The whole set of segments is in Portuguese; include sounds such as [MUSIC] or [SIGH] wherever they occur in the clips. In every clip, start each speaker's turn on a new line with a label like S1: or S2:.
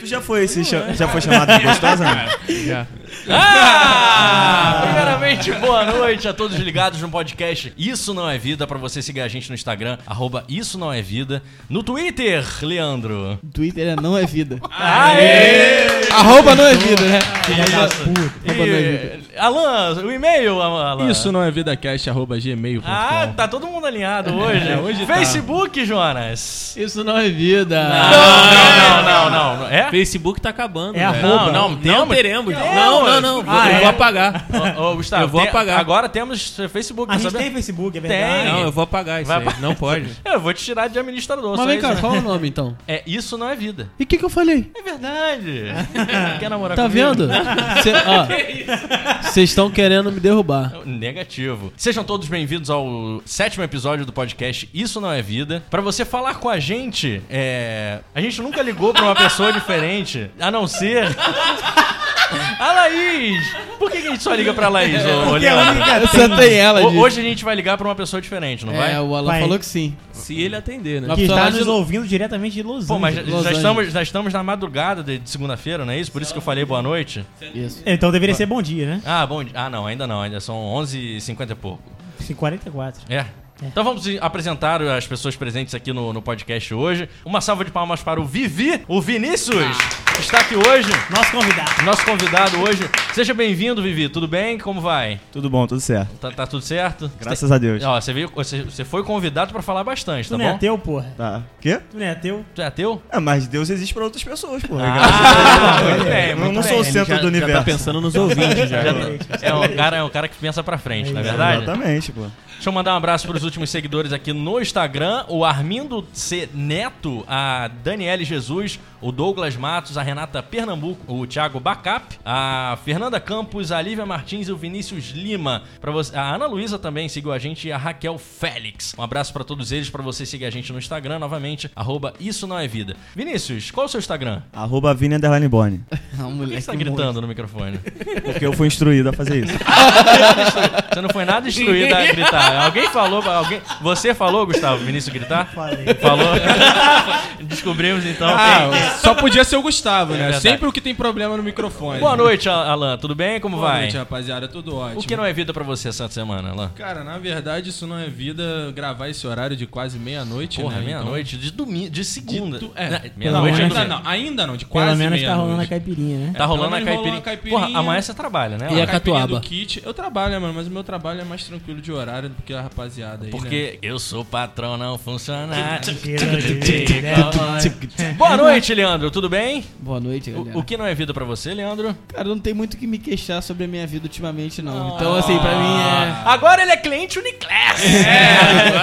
S1: Tu já foi, se cha- já foi [LAUGHS] chamado de gostosa? Não?
S2: Já.
S3: [LAUGHS]
S4: Ah! Primeiramente, boa noite a todos ligados no podcast Isso Não É Vida, pra você seguir a gente no Instagram, arroba Isso Não É Vida, no Twitter, Leandro.
S3: Twitter é não é [LAUGHS] vida.
S4: Aê!
S3: Arroba não é vida, né?
S4: E,
S3: Arroba não é vida.
S4: Alan, o e-mail, Alan.
S2: Isso não é vidacast.gmail.com.
S4: Ah, tá todo mundo alinhado hoje.
S3: É,
S4: hoje
S3: tá.
S4: Facebook, Jonas.
S3: Isso não é vida.
S4: Não, não, não, não. É?
S5: Facebook tá acabando.
S3: É
S5: velho.
S3: arroba.
S5: Não,
S2: né?
S5: não, não teremos. Não, não, não.
S4: Ah,
S5: eu
S4: é?
S5: vou apagar.
S4: Ô, ô, Gustavo,
S5: Eu vou
S4: tem-
S5: apagar.
S4: Agora temos Facebook.
S1: A gente
S4: sabe?
S1: tem Facebook, é
S4: verdade.
S1: verdade.
S5: Não, eu vou apagar isso
S4: Vai-
S5: aí.
S2: [LAUGHS]
S5: Não pode.
S4: Eu vou te tirar de administrador. só
S3: Mas vem
S4: isso,
S3: cá,
S4: né?
S3: qual é o nome então?
S4: É Isso Não É Vida.
S3: E o que, que eu falei?
S4: É verdade. [LAUGHS] Quer namorar
S3: Tá
S4: comigo? [LAUGHS] É
S3: vendo? Cê- ó, Vocês estão querendo me derrubar.
S4: Negativo. Sejam todos bem-vindos ao sétimo episódio do podcast Isso Não É Vida. Pra você falar com a gente, é... a gente nunca ligou pra uma pessoa [LAUGHS] diferente, a não ser. [LAUGHS] A Laís! Por que, que a gente só liga pra Laís?
S3: É,
S4: ô,
S1: Porque a
S4: Leandro?
S1: única
S3: Só tem ela,
S4: Ho-
S3: gente.
S4: Hoje a gente vai ligar pra uma pessoa diferente, não
S3: É,
S4: vai?
S3: o Alan
S1: Vai.
S3: falou que sim.
S5: Se ele atender, né?
S3: Uma
S1: que está
S3: personagem
S1: nos
S3: do-
S1: ouvindo diretamente de Los Angeles.
S4: Pô, mas já,
S3: Los
S4: já
S3: Angeles.
S4: estamos, já estamos na madrugada de, de segunda-feira, não é isso? Por isso que eu falei boa noite.
S3: Isso.
S1: Então deveria ser bom dia, né?
S4: Ah, bom dia. Ah, não, ainda não. Ainda são 11h50 e pouco.
S1: 44.
S4: É. Então vamos apresentar as pessoas presentes aqui no, no podcast hoje. Uma salva de palmas para o Vivi, o Vinícius, que está aqui hoje.
S1: Nosso convidado.
S4: Nosso convidado hoje. Seja bem-vindo, Vivi. Tudo bem? Como vai?
S1: Tudo bom, tudo certo.
S4: Tá, tá tudo certo?
S6: Graças a Deus.
S4: Ó, você, veio, você, você foi convidado para falar bastante,
S1: Tu
S4: tá
S1: não é
S4: bom?
S1: ateu, porra.
S6: Tá. Quê?
S1: Tu não é ateu.
S4: Tu é ateu?
S6: Ah, mas Deus existe pra outras pessoas, pô.
S4: Ah, muito bem,
S6: eu
S4: muito
S6: não sou o
S4: bem.
S6: centro
S5: já,
S6: do universo.
S5: já tá pensando nos ouvintes
S3: né? [LAUGHS]
S5: já.
S4: Já tá- é, um cara, é um cara que pensa pra frente, não é verdade?
S6: Exatamente, pô.
S4: Deixa eu mandar um abraço para os últimos seguidores aqui no Instagram, o Armindo C. Neto, a Daniele Jesus, o Douglas Matos, a Renata Pernambuco, o Thiago Bacap, a Fernanda Campos, a Lívia Martins e o Vinícius Lima. Pra você, a Ana Luísa também seguiu a gente e a Raquel Félix. Um abraço para todos eles, para você seguir a gente no Instagram novamente, arroba Isso Não É Vida. Vinícius, qual é o seu Instagram?
S6: Arroba Vini Underline Boni.
S3: Ah,
S4: Por que
S3: moleque.
S4: você tá gritando no microfone?
S6: Porque eu fui instruído a
S4: [LAUGHS]
S6: fazer isso.
S4: Você não foi nada instruído a gritar. Alguém falou, alguém... Você falou, Gustavo, Vinícius gritar?
S1: Falei.
S4: Falou? [LAUGHS] Descobrimos então. quem-
S2: Ah, só podia ser o
S5: É
S2: Gustavo, né?
S4: verdade.
S2: Sempre o que tem problema no microfone.
S4: Boa noite, Al- Alan. Tudo bem? Como
S2: Boa
S4: vai?
S2: noite, rapaziada. Tudo ótimo.
S4: o que não é vida pra você essa semana, Alan?
S2: Cara, na verdade, isso não é vida gravar esse horário de quase meia-noite,
S4: Porra,
S2: né?
S4: meia-noite de domingo, de segunda.
S2: Então, tu- é,
S4: meia-noite
S1: Pelo
S2: ainda
S4: ainda
S2: não, ainda não, de quase
S1: Pelo menos tá
S2: meia-noite.
S1: rolando a caipirinha, né?
S4: Tá rolando
S2: pelo
S4: a
S2: menos rolou
S4: caipirinha.
S2: a caipirinha.
S4: Porra, amanhã você trabalha, né?
S2: E a
S4: Alan?
S2: caipirinha do
S5: catuaba?
S2: kit, eu trabalho, né, mano, mas o meu trabalho é mais tranquilo de horário do que a rapaziada aí, né?
S4: Porque eu sou patrão, não funcionário.
S1: Cheiro de-
S4: Boa noite, Leandro. Tudo bem?
S3: Boa noite, galera.
S4: O, o que não é vida pra você, Leandro?
S3: Cara, não tem muito o que me queixar sobre a minha vida ultimamente, não. Então, assim, pra mim é.
S4: Agora ele é cliente Uniclass.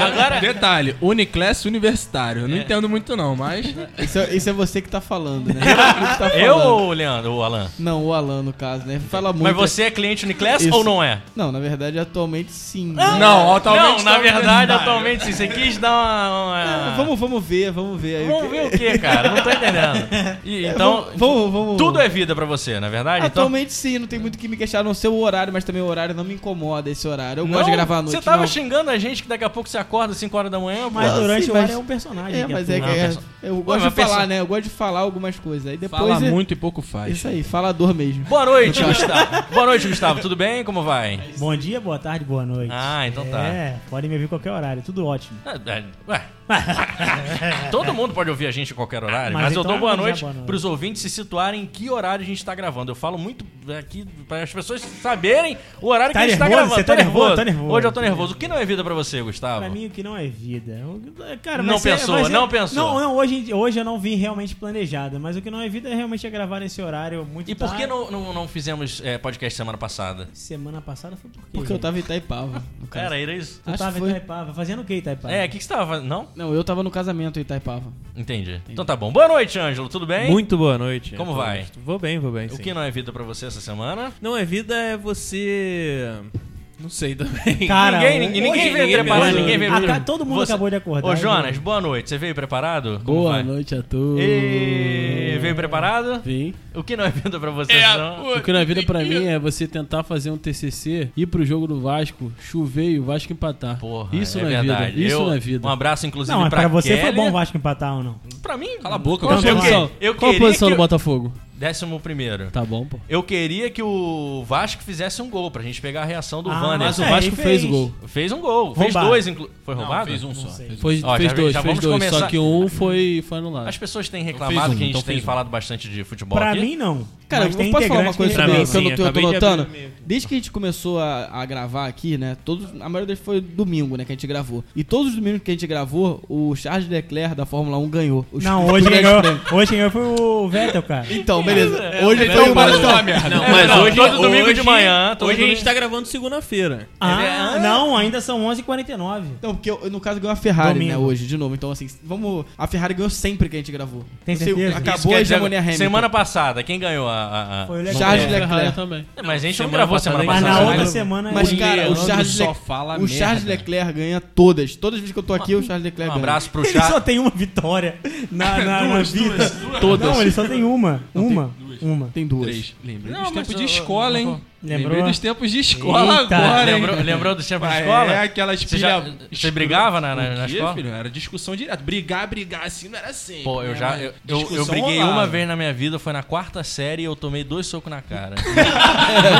S4: agora... É.
S2: Detalhe, Uniclass universitário. Eu Não entendo muito não, mas...
S3: Isso é, isso é você que tá [LAUGHS] falando, né? Você que tá
S4: Eu
S3: falando.
S4: ou Leandro? Ou Alan?
S3: Não, o Alan, no caso, né? Fala muito.
S4: Mas você é cliente Uniclass
S3: Isso.
S4: ou não é? Ah,
S3: Não, na verdade, atualmente sim. né?
S2: Não,
S4: Não, na
S2: tá
S4: verdade,
S2: universitário.
S4: atualmente sim. Você quis dar uma. uma-
S3: É, Vamos, vamos ver, vamos ver aí.
S4: Vamos ver o que, cara? Não tô entendendo.
S3: [LAUGHS]
S4: E, então,
S3: Vamos, vamos.
S4: tudo é vida pra você, na verdade? Então,
S3: Atualmente sim, não tem muito o que me queixar, não ser o horário, mas também o horário não me incomoda esse horário. Eu gosto de gravar à noite.
S4: então, Você tava
S3: não.
S4: xingando a gente que daqui a pouco você acorda às 5 horas da manhã, mas.
S1: Mas durante
S3: sim,
S1: o ar
S3: mas-
S1: é um personagem.
S3: É,
S1: que
S3: mas é que
S1: atua.
S4: Não,
S3: é-
S4: pessoal.
S3: eu
S4: Pô,
S3: gosto
S4: mas
S3: de falar,
S4: pensa-
S3: né? Eu gosto de falar algumas coisas. Aí depois
S2: Fala
S3: é-
S2: muito e pouco faz.
S3: Isso aí, falador mesmo.
S4: Boa noite, Gustavo. Boa noite, Gustavo. Tudo bem? Como vai?
S1: Bom dia, boa tarde, boa noite.
S4: Ah, então tá.
S1: É, podem me ouvir a qualquer horário, tudo ótimo.
S4: Ah, ah, Ué. [LAUGHS] Todo mundo pode ouvir a gente a qualquer horário, mas,
S1: Mas
S4: eu
S1: então
S4: dou boa
S1: avisa,
S4: noite,
S1: boa noite.
S4: pros ouvintes se situarem em que horário a gente tá gravando. Eu falo muito aqui para as pessoas saberem o horário
S1: Tá
S4: que a gente tá
S1: nervoso?
S4: gravando.
S1: Você tá nervoso? Tá nervoso.
S4: Hoje eu tô nervoso. O que não é vida pra você, Gustavo?
S1: Pra mim, o que não é vida. O- Cara,
S4: Não
S1: vai ser-
S4: pensou,
S1: vai ser-
S4: não pensou.
S1: é- Não, não, hoje, hoje eu não vim realmente planejada, mas o que não é vida é realmente é gravar nesse horário muito
S4: E por
S1: tarde.
S4: que não, não, não fizemos eh, podcast semana passada?
S1: Semana passada foi por quê?
S3: Porque eu tava em Itaipava. no caso.
S4: Cara, era isso?
S1: Tu
S3: acho
S1: tava
S3: que
S1: em
S3: foi.
S1: Itaipava. Fazendo o que, Itaipava?
S4: É, o que, que você tava fazendo? Não?
S3: Não, eu tava no casamento em Itaipava.
S4: Entendi. Então tá bom. Boa noite, Ângelo. Tudo bem?
S5: Muito boa noite.
S4: Como
S5: a todos.
S4: vai?
S5: Vou bem, vou bem.
S4: O
S5: sim.
S4: que não é vida pra você essa semana?
S5: Não é vida é você. Não sei também.
S1: Cara,
S4: ninguém,
S1: o-
S4: ninguém,
S5: hoje
S4: ninguém veio
S5: ninguém
S4: preparado,
S5: veio.
S4: ninguém veio
S1: Ah,
S4: preparado.
S1: tá, todo mundo acabou de acordar.
S4: Ô, Jonas, boa noite. Você veio preparado? Como
S3: Boa
S4: vai?
S3: noite a todos.
S4: Ê, veio preparado?
S5: Vim.
S4: O que não é vida pra você, não?
S5: O que na vida pra mim é você tentar fazer um TCC, ir pro jogo do Vasco, chover e o Vasco empatar.
S4: Porra,
S5: isso
S4: é
S5: não é
S4: verdade.
S5: vida. Isso
S4: Eu-
S5: não é vida.
S4: Um abraço, inclusive,
S1: Não, mas
S4: pra,
S1: pra você foi
S4: Kelly.
S1: bom Então, o Vasco empatar ou não?
S4: Pra mim,
S5: Cala a boca,
S4: Qual
S5: eu
S4: a
S5: quero-
S4: posição? Eu
S5: Qual a
S4: queria
S5: posição
S4: que
S5: do
S4: eu-
S5: Botafogo?
S4: décimo primeiro.
S5: Tá bom, pô.
S4: Eu queria que o Vasco fizesse um gol pra gente pegar a reação do
S1: Ah,
S4: Vander.
S5: Mas o
S1: É,
S5: Vasco
S1: e
S5: fez
S1: fez.
S5: o gol.
S4: Fez um gol. Fez
S1: Roubado.
S4: dois, inclu... Foi
S2: Não,
S4: roubado?
S2: fez um
S1: Não
S2: só.
S1: sei.
S2: fez um.
S5: Foi,
S4: Ó, já
S5: fez
S4: vi-
S5: dois,
S4: já
S5: fez
S4: vamos
S5: dois.
S4: começar.
S5: Só que um foi, foi anulado.
S4: As pessoas têm
S2: Então
S4: reclamado
S2: fez um,
S4: que a gente
S2: então
S4: tem
S2: fez um.
S4: falado bastante de futebol
S1: Pra
S4: aqui.
S1: mim, não.
S3: Cara,
S1: mas tem
S3: eu posso falar uma
S1: integrante que-
S3: coisa sobre
S5: é Pra mim,
S3: isso que eu,
S5: sim,
S3: não- que eu tô
S5: acabei de
S3: notando?
S5: abrir mesmo.
S3: Desde que a gente começou a, a gravar aqui, né? Todos, a maioria deles foi domingo, né? Que a gente gravou. E todos os domingos que a gente gravou, o Charles Leclerc da Fórmula 1 ganhou. Os-
S1: Não,
S3: os
S1: hoje quem
S3: grandes
S1: ganhou,
S3: prêmios.
S1: hoje quem ganhou foi o Vettel, cara.
S4: é
S3: Então, beleza. Hoje
S2: Não,
S3: foi
S4: um
S3: o
S2: mas-
S3: Maratona.
S2: Não,
S4: mas hoje- todo domingo de manhã, todo
S2: Hoje a gente
S4: domingo-
S2: tá gravando segunda-feira.
S1: Ah, não, ainda são 11h49.
S3: Então, porque eu- no caso ganhou a Ferrari, né,
S1: Domingo.
S3: hoje, de novo. Então, assim, vamos. A Ferrari ganhou sempre que a gente gravou.
S1: Tem
S3: Não sei,
S1: certeza?
S4: Isso
S3: Acabou
S4: quer
S3: a
S4: dizer,
S3: hegemonia Hamilton.
S4: Semana passada, quem ganhou a. a- a-
S1: Foi o Leclerc.
S3: Charles
S5: Ferrari
S4: É.
S3: Leclerc.
S5: Ah, é. também.
S4: Mas a gente não
S2: Semana
S4: gravou
S2: passada,
S4: semana
S2: hein?
S1: Mas
S4: passada.
S1: na outra
S4: né?
S1: semana...
S3: Mas,
S1: ele-
S3: cara, o
S5: Leandro
S3: Charles,
S5: só
S3: Lec-
S5: fala
S3: o Charles
S5: merda.
S3: Leclerc ganha todas. Todas as vezes que eu tô aqui, o Charles Leclerc
S4: Um
S3: ganha.
S4: abraço pro
S1: [LAUGHS] Ele só
S4: Charles.
S1: tem uma vitória na, na, na vida.
S5: Todas.
S1: Não, ele só tem uma. Uma. Uma.
S3: Tem duas.
S5: Três. Lembrei
S2: Não,
S5: dos
S2: mas
S5: tempos de
S2: eu-
S5: escola,
S2: eu-
S5: hein?
S1: Lembrou?
S5: Lembrei dos tempos de escola
S1: Eita,
S5: agora, hein?
S4: Lembrou, lembrou do tempo de
S5: Ah,
S4: escola?
S5: É, aquelas
S4: Você já-
S5: pilha-
S4: você brigava na- na-
S5: O
S4: na
S5: quê,
S4: escola?
S5: filho? Era discussão direto. Brigar, brigar assim não era assim.
S4: Pô, eu já. Eu, eu- eu
S5: Discussão
S4: briguei
S5: rolava.
S4: uma
S5: [LAUGHS]
S4: vez na minha vida, foi na quarta série e eu tomei dois socos na cara.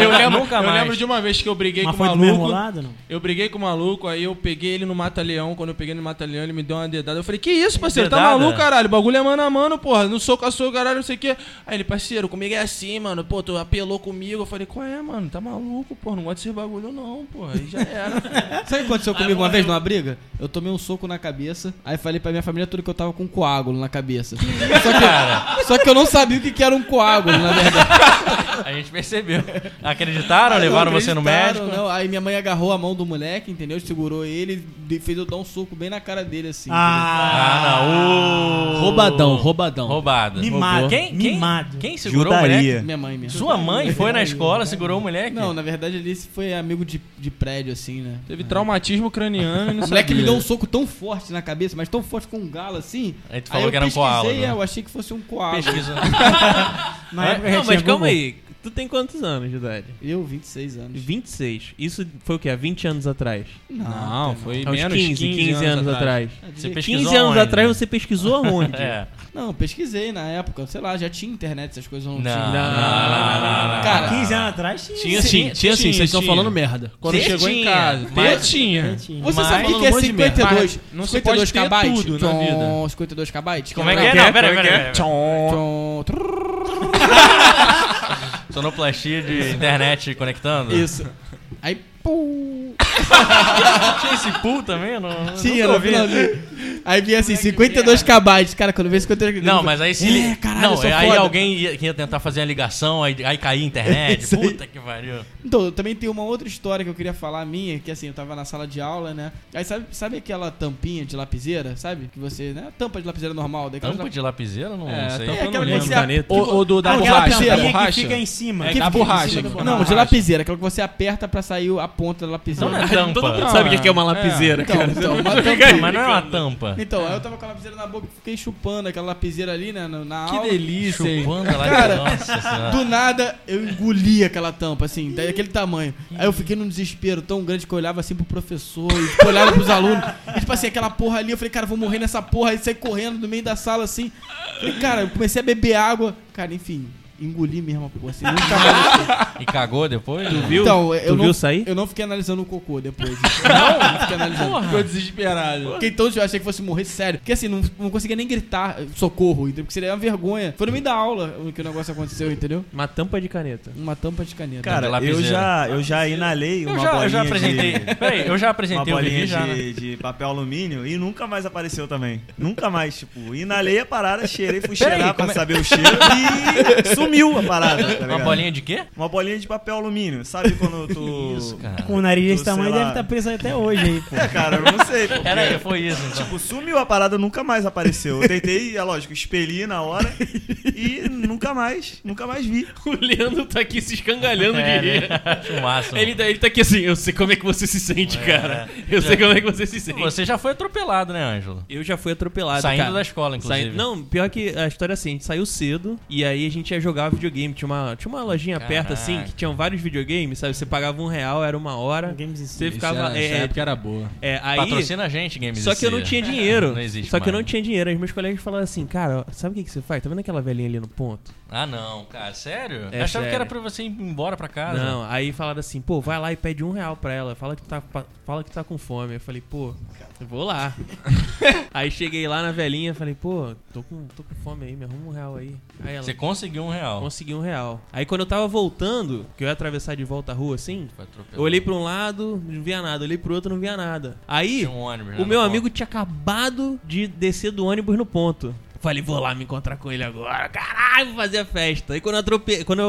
S4: eu lembro, nunca
S5: Eu
S4: mais.
S5: lembro de uma vez que eu briguei
S1: Mas
S5: com
S1: foi do
S5: um
S1: mesmo
S5: maluco.
S1: lado, não?
S5: Eu briguei com o maluco, aí eu peguei ele no Mata-Leão. Quando eu peguei no Mata-Leão, ele me deu uma dedada. Eu falei, que isso, parceiro? Tá
S4: Dedada?
S5: maluco, caralho? O bagulho é mano a mano, porra. Não soco a soco, caralho, não sei o quê. Aí ele, parceiro, comigo é assim, mano. Pô, tu apelou comigo. Eu falei, qual é, mano? Tá maluco, porra. Não gosto desse bagulho, não, porra. Aí já era.
S3: Sabe o que aconteceu comigo uma vez numa briga? Eu tomei um soco na cabeça, aí falei pra minha família toda que eu tava com um coágulo na cabeça. Só que, só que eu não sabia o que, que era um coágulo, na verdade.
S4: A gente percebeu. Acreditaram? levaram você no
S3: Ah, Acreditaram,
S4: médico?
S3: não. Aí minha mãe agarrou a mão do moleque, entendeu? Segurou ele e fez eu dar um soco bem na cara dele, assim.
S1: Ah,
S4: não. ô.
S5: roubadão, roubadão.
S4: Roubado.
S1: Mimado,
S4: Quem, quem,
S1: mimado.
S4: quem segurou o moleque?
S6: Judaria.
S3: entendeu? Minha mãe mesmo.
S4: Sua mãe foi na escola, segurou o moleque?
S3: Não, na verdade ele foi amigo de, de prédio, assim, né?
S5: [LAUGHS] Teve traumatismo craniano e não
S3: O moleque me
S5: sabia.
S3: deu um soco tão forte na cabeça, mas tão forte com um galo assim.
S4: Aí tu falou
S3: eu
S4: que era um
S3: pesquisei,
S4: coágulo, né?
S3: é, Eu achei que fosse um coágulo.
S4: Pesquisa.
S1: Na época já
S2: Não,
S1: tinha
S2: mas calma
S1: Google.
S2: aí. Tu tem quantos anos de idade?
S3: Eu, 26 anos.
S2: 26. Isso foi o quê? Há 20 anos atrás?
S5: Não, foi
S2: Há uns
S5: menos
S2: 15, 15, anos atrás.
S3: Ah,
S4: Você
S2: 15 anos
S4: onde?
S2: atrás você pesquisou aonde?
S4: É.
S3: Não, pesquisei na época, sei lá, já tinha internet, essas coisas não,
S4: Não,
S3: tinham.
S4: não, não, não, não, não.
S3: Cara,
S1: 15 anos atrás tinha.
S5: Tinha sim, tinha sim, vocês estão
S2: tinha.
S5: falando merda.
S2: Quando
S4: Você
S2: chegou em
S4: tinha,
S2: casa.
S4: mas-
S5: tinha.
S1: né, tinha.
S3: Você
S4: Mas-
S3: sabe o que que é
S5: Falando um monte de merda.
S3: 52?
S5: Mas não se pode ter tudo na vida.
S3: Tchom, 52 kbytes?
S4: Como é que é? Não, pera, pera, pera.
S3: Tchom, trrr,
S4: Sonoplastia de internet conectando?
S3: Isso. Aí, pum.
S4: Tinha esse pool também? Não, nunca
S3: Tinha, no
S4: ouvi.
S3: finalzinho. Aí vinha assim, 52 kbytes. Cara, quando eu vejo 52
S4: Não, mas aí se. li-
S3: É, caralho, eu
S4: não,
S3: sou
S4: aí
S3: foda.
S4: alguém ia, que ia tentar fazer a ligação, aí, aí caía a internet.
S3: Isso aí.
S4: Puta que pariu.
S3: Então, eu também tem uma outra história que eu queria falar minha, que assim, eu tava na sala de aula, né? Aí sabe, sabe aquela tampinha de lapiseira, sabe? Que você, né? Tampa de lapiseira normal, daquela
S4: Tampa de lapiseira? Não
S5: É,
S4: sei.
S5: tampa
S3: Então É,
S5: eu não
S3: aquela que
S5: lembro.
S3: você-
S5: Caneta. Ou, ou do, da
S1: Aquela
S5: borracha. da
S1: tampinha que
S5: borracha.
S1: fica em cima.
S5: É, da borracha.
S3: Não, de lapiseira, aquela que você aperta pra sair a ponta da
S4: Então
S3: lapiseira.
S4: não é tampa.
S5: sabe o que é uma
S2: lapiseira,
S3: [LAUGHS] Então, então,
S4: [LAUGHS]
S3: uma tampinha.
S4: Mas não é uma tampa.
S3: Então, aí eu tava com a lapiseira na boca e fiquei chupando aquela lapiseira ali, né? Na, na aula.
S5: Que delícia, hein?
S4: Chupando lá
S3: Cara,
S4: nossa senhora.
S3: Do nada, eu engoli aquela tampa, assim, daquele tamanho. Aí eu fiquei num desespero tão grande que eu olhava assim pro professor, e tipo, olhava pros alunos. E tipo assim, aquela porra ali, eu falei, cara, eu vou morrer nessa porra. Aí saí correndo no meio da sala, assim. Falei, cara, eu comecei a beber água. Cara, enfim, engoli mesmo a porra, assim, nunca mais.
S4: E cagou depois?
S2: Viu?
S3: Então, eu,
S2: tu
S3: não,
S2: viu sair?
S3: eu não fiquei analisando o cocô depois.
S2: [LAUGHS]
S3: Não? Não fiquei analisando.
S5: Ficou É, desesperado.
S3: Porque então eu achei que fosse morrer sério. Porque assim, não, não conseguia nem gritar eh, socorro, entendeu? Porque seria uma vergonha. Foi no meio da aula que o negócio aconteceu, entendeu?
S2: Uma tampa de caneta.
S3: Uma tampa de caneta.
S4: Tampa
S6: Cara,
S4: de
S6: eu
S4: lapiseira.
S6: já, eu já inalei uma
S4: Eu já, eu já
S6: bolinha de-
S4: apresentei. Peraí, eu já
S6: Uma
S4: [LAUGHS] apresentei o
S6: bolinha
S4: Vivi já. né?
S6: de, tá de papel alumínio e nunca mais apareceu é
S4: [LAUGHS]
S6: também. Nunca mais, tipo, inalei a parada, cheirei, fui cheirar pra saber o cheiro e sumiu. sumiu a parada, tá
S4: é- Uma
S6: ligado?
S4: bolinha de quê?
S6: Uma bolinha de papel alumínio. Sabe quando tu.
S4: Isso, cara.
S1: Com o nariz desse
S6: Tu, sei
S1: tamanho
S6: lá.
S1: deve estar preso até hoje aí, pô.
S6: [LAUGHS] É, cara, eu não sei. pô.
S4: Era aí, foi isso. Então.
S6: Tipo, sumiu a parada, nunca mais apareceu. Eu tentei, é lógico, expeli na hora e nunca mais, nunca mais vi.
S7: O Leandro tá aqui se escangalhando
S4: É,
S7: de
S4: [LAUGHS]
S7: rir.
S4: né? Fumaça.
S7: Ele, tá- ele tá aqui assim, eu sei como é que você se sente, cara. Eu sei como é que você se sente.
S4: né? Você já foi atropelado, né, Ângelo?
S7: Eu já fui atropelado,
S4: Saindo
S7: cara.
S4: da escola, inclusive.
S7: Saindo- Não, pior que a história é assim, a gente saiu cedo e aí a gente ia jogar videogame. Tinha uma, tinha uma lojinha perto, assim,
S4: Caraca.
S7: que tinham vários videogames, sabe? Você pagava um real, era uma hora.
S1: Games e
S7: Você
S1: Studios.
S7: ficava.
S2: Essa,
S7: é,
S2: essa época era boa.
S7: é, aí,
S4: Patrocina a gente, Games
S7: Só que eu não
S4: Cia.
S7: tinha dinheiro.
S4: [LAUGHS] Não existe
S7: Só que eu
S4: mais.
S7: não tinha dinheiro. Aí meus colegas falaram assim, cara, sabe o que, que você faz? Tá vendo aquela velhinha ali no ponto?
S4: Ah, não, cara. Sério?
S7: É,
S4: Eu achava que
S7: sério.
S4: era pra você ir embora pra casa.
S7: Não, aí falaram assim, pô, vai lá e pede um real pra ela. Fala que tá, pa- fala que tá com fome. Eu falei, pô, eu vou [LAUGHS] lá. aí cheguei lá na velhinha, falei, pô, tô com, tô com fome aí, me arruma um real aí. Aí ela,
S4: Você conseguiu um real.
S7: consegui um real. Aí quando eu tava voltando, que eu ia atravessar de volta a rua assim,
S4: Foi atropelado.
S7: eu olhei pra um lado, não via nada. Olhei pro outro, não via nada. Aí,
S4: Tinha um ônibus, né,
S7: o meu
S4: no
S7: amigo tinha acabado de descer do ônibus no ponto. Falei, vou lá me encontrar com ele agora. Caralho, vou fazer a festa. Aí quando eu, atrope... quando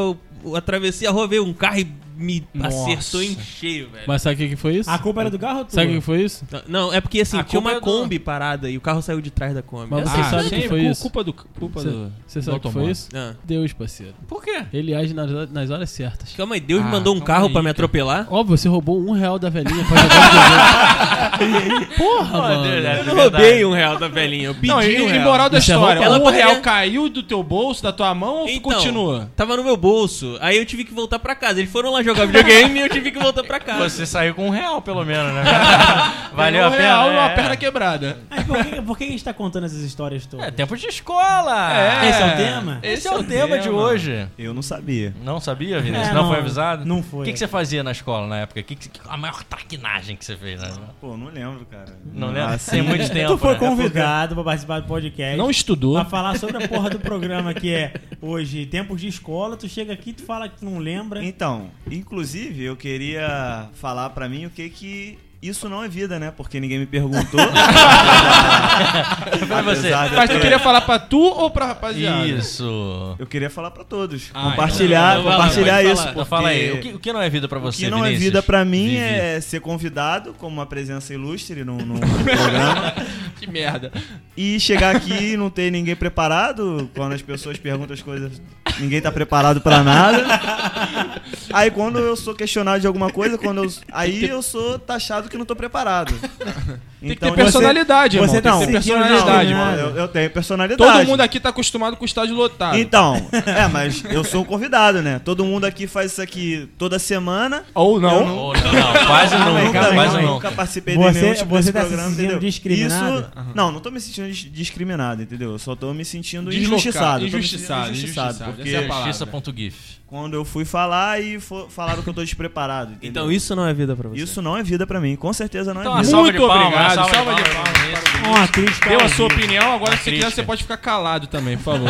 S7: eu atravessei a rua, veio um carro e me
S3: Nossa.
S7: acertou em cheio, velho.
S3: Mas sabe o que, que foi isso?
S1: A culpa era do carro ou tua?
S3: Sabe o que que foi isso?
S7: Não, é porque assim,
S4: A
S7: tinha
S4: culpa
S7: uma
S4: é do-
S7: Kombi parada e o carro saiu de trás da Kombi. Ah,
S3: Mas
S7: Essa-
S3: você sabe
S2: sempre
S3: que foi
S2: cu-
S3: isso?
S2: É Culpa do. Culpa
S3: Cê-
S2: do.
S3: Você
S2: do
S3: sabe o que foi
S2: automóvel.
S3: isso?
S7: Ah.
S3: Deus, parceiro.
S4: Por quê?
S3: Ele age nas, hora- nas horas certas.
S7: Calma aí, Deus
S2: Ah,
S7: mandou um
S2: calma
S7: carro
S2: aí,
S7: pra me
S2: cara.
S7: atropelar?
S3: Óbvio, você roubou um real da velhinha pra jogar
S2: [LAUGHS]
S3: videogame. Porra, mano.
S4: é
S7: Eu não roubei um real da velhinha, eu pedi
S2: Não, e,
S7: um
S2: e
S7: real.
S2: moral da
S3: Isso é
S2: história.
S7: roubo.
S2: o
S7: Ela poderia-
S2: real caiu do teu bolso, da tua mão ou continua?
S7: Então, Tava no meu bolso, aí eu tive que voltar pra casa. Eles foram lá jogar videogame e eu tive que voltar pra casa.
S4: Você saiu com um real, pelo menos, [LAUGHS] né? Valeu
S2: Um
S4: a pena.
S2: real
S4: é.
S2: e uma perna quebrada.
S7: É
S1: Mas por que, por que a gente tá contando essas histórias todas?
S4: É tempo de escola!
S1: Esse é o tema?
S4: Esse, é, o tema, de hoje.
S6: Eu não sabia.
S4: Não sabia, Vinícius?
S1: É,
S4: não, foi avisado?
S1: Não
S4: O
S1: foi.
S4: que, que você fazia na escola na época? Que que- que- a maior traquinagem que você fez, né?
S6: Pô, não lembro, cara.
S4: Não lembra?
S6: Assim,
S4: Tem muito tempo.
S1: Tu foi
S4: né?
S1: convidado pra participar do podcast.
S2: Não estudou.
S1: Pra falar sobre a porra do programa que é hoje Tempos de Escola. Tu chega aqui, tu fala que tu não lembra.
S6: Então, inclusive, eu queria falar pra mim o que que. Isso não é vida, né? Porque ninguém me perguntou.
S4: Pra você.
S6: Apesar de eu
S2: Mas tu
S6: ter-
S2: queria falar pra tu ou pra
S5: né?
S2: rapaziada?
S4: Isso.
S6: Eu queria falar pra todos.
S2: Ah,
S6: compartilhar,
S7: então, então,
S6: compartilhar
S7: vai lá, vai
S6: isso.
S7: falar.
S4: Então
S6: Porque
S4: fala aí, o que, o que não é vida pra
S6: o
S4: você,
S6: que não é
S4: Vinícius?
S6: vida pra mim
S4: Vivi.
S6: é ser convidado como uma presença ilustre num,
S2: [LAUGHS]
S6: num programa
S2: Que merda.
S6: e chegar aqui e não ter ninguém preparado. Quando as pessoas perguntam as coisas, ninguém tá preparado pra nada. Aí quando eu sou questionado de alguma coisa, quando eu, aí eu sou taxado que não tô preparado.
S2: [LAUGHS]
S6: Então,
S2: Tem que ter personalidade,
S1: você
S2: irmão.
S1: não,
S2: Tem que ter
S1: seguindo,
S2: personalidade,
S1: não,
S2: mano.
S1: né?
S6: Eu, eu tenho personalidade.
S2: Todo mundo aqui tá acostumado com o estádio lotado.
S6: Então, é, mas eu sou um convidado, né? Todo mundo aqui faz isso aqui toda semana.
S2: Ou
S6: Eu
S2: não.
S4: Ou um não,
S6: Ah,
S4: quase
S1: Calma aí, calma
S4: nunca,
S1: aí,
S4: quase
S1: calma aí.
S4: nunca.
S6: Nunca participei
S1: Você-
S6: de nenhum tipo
S1: você
S6: desse
S1: tá se
S6: programa,
S1: sentindo
S6: entendeu?
S1: discriminado?
S6: Isso, não, não tô me sentindo dis- discriminado, entendeu? Eu só tô me sentindo
S2: Deslocado,
S6: injustiçado. tô me
S2: injustiçado,
S6: sentindo
S2: injustiçado.
S6: Porque
S2: Essa é a palavra.
S4: Justiça.gif.
S6: quando eu fui falar e fo- falaram que eu tô despreparado, entendeu?
S7: Então isso não é vida pra você.
S6: Isso não é vida pra mim, com certeza não
S4: Então,
S6: é
S4: uma
S6: vida.
S4: salva de
S2: Muito
S4: palmas,
S2: obrigado,
S4: uma salva
S2: salva
S4: de
S2: de
S4: palmas.
S1: Uma crítica.
S2: Deu
S1: ao
S2: a sua
S1: vivo.
S2: opinião, agora se você
S4: crítica.
S2: quiser você pode ficar calado também, por
S4: [LAUGHS]
S2: favor.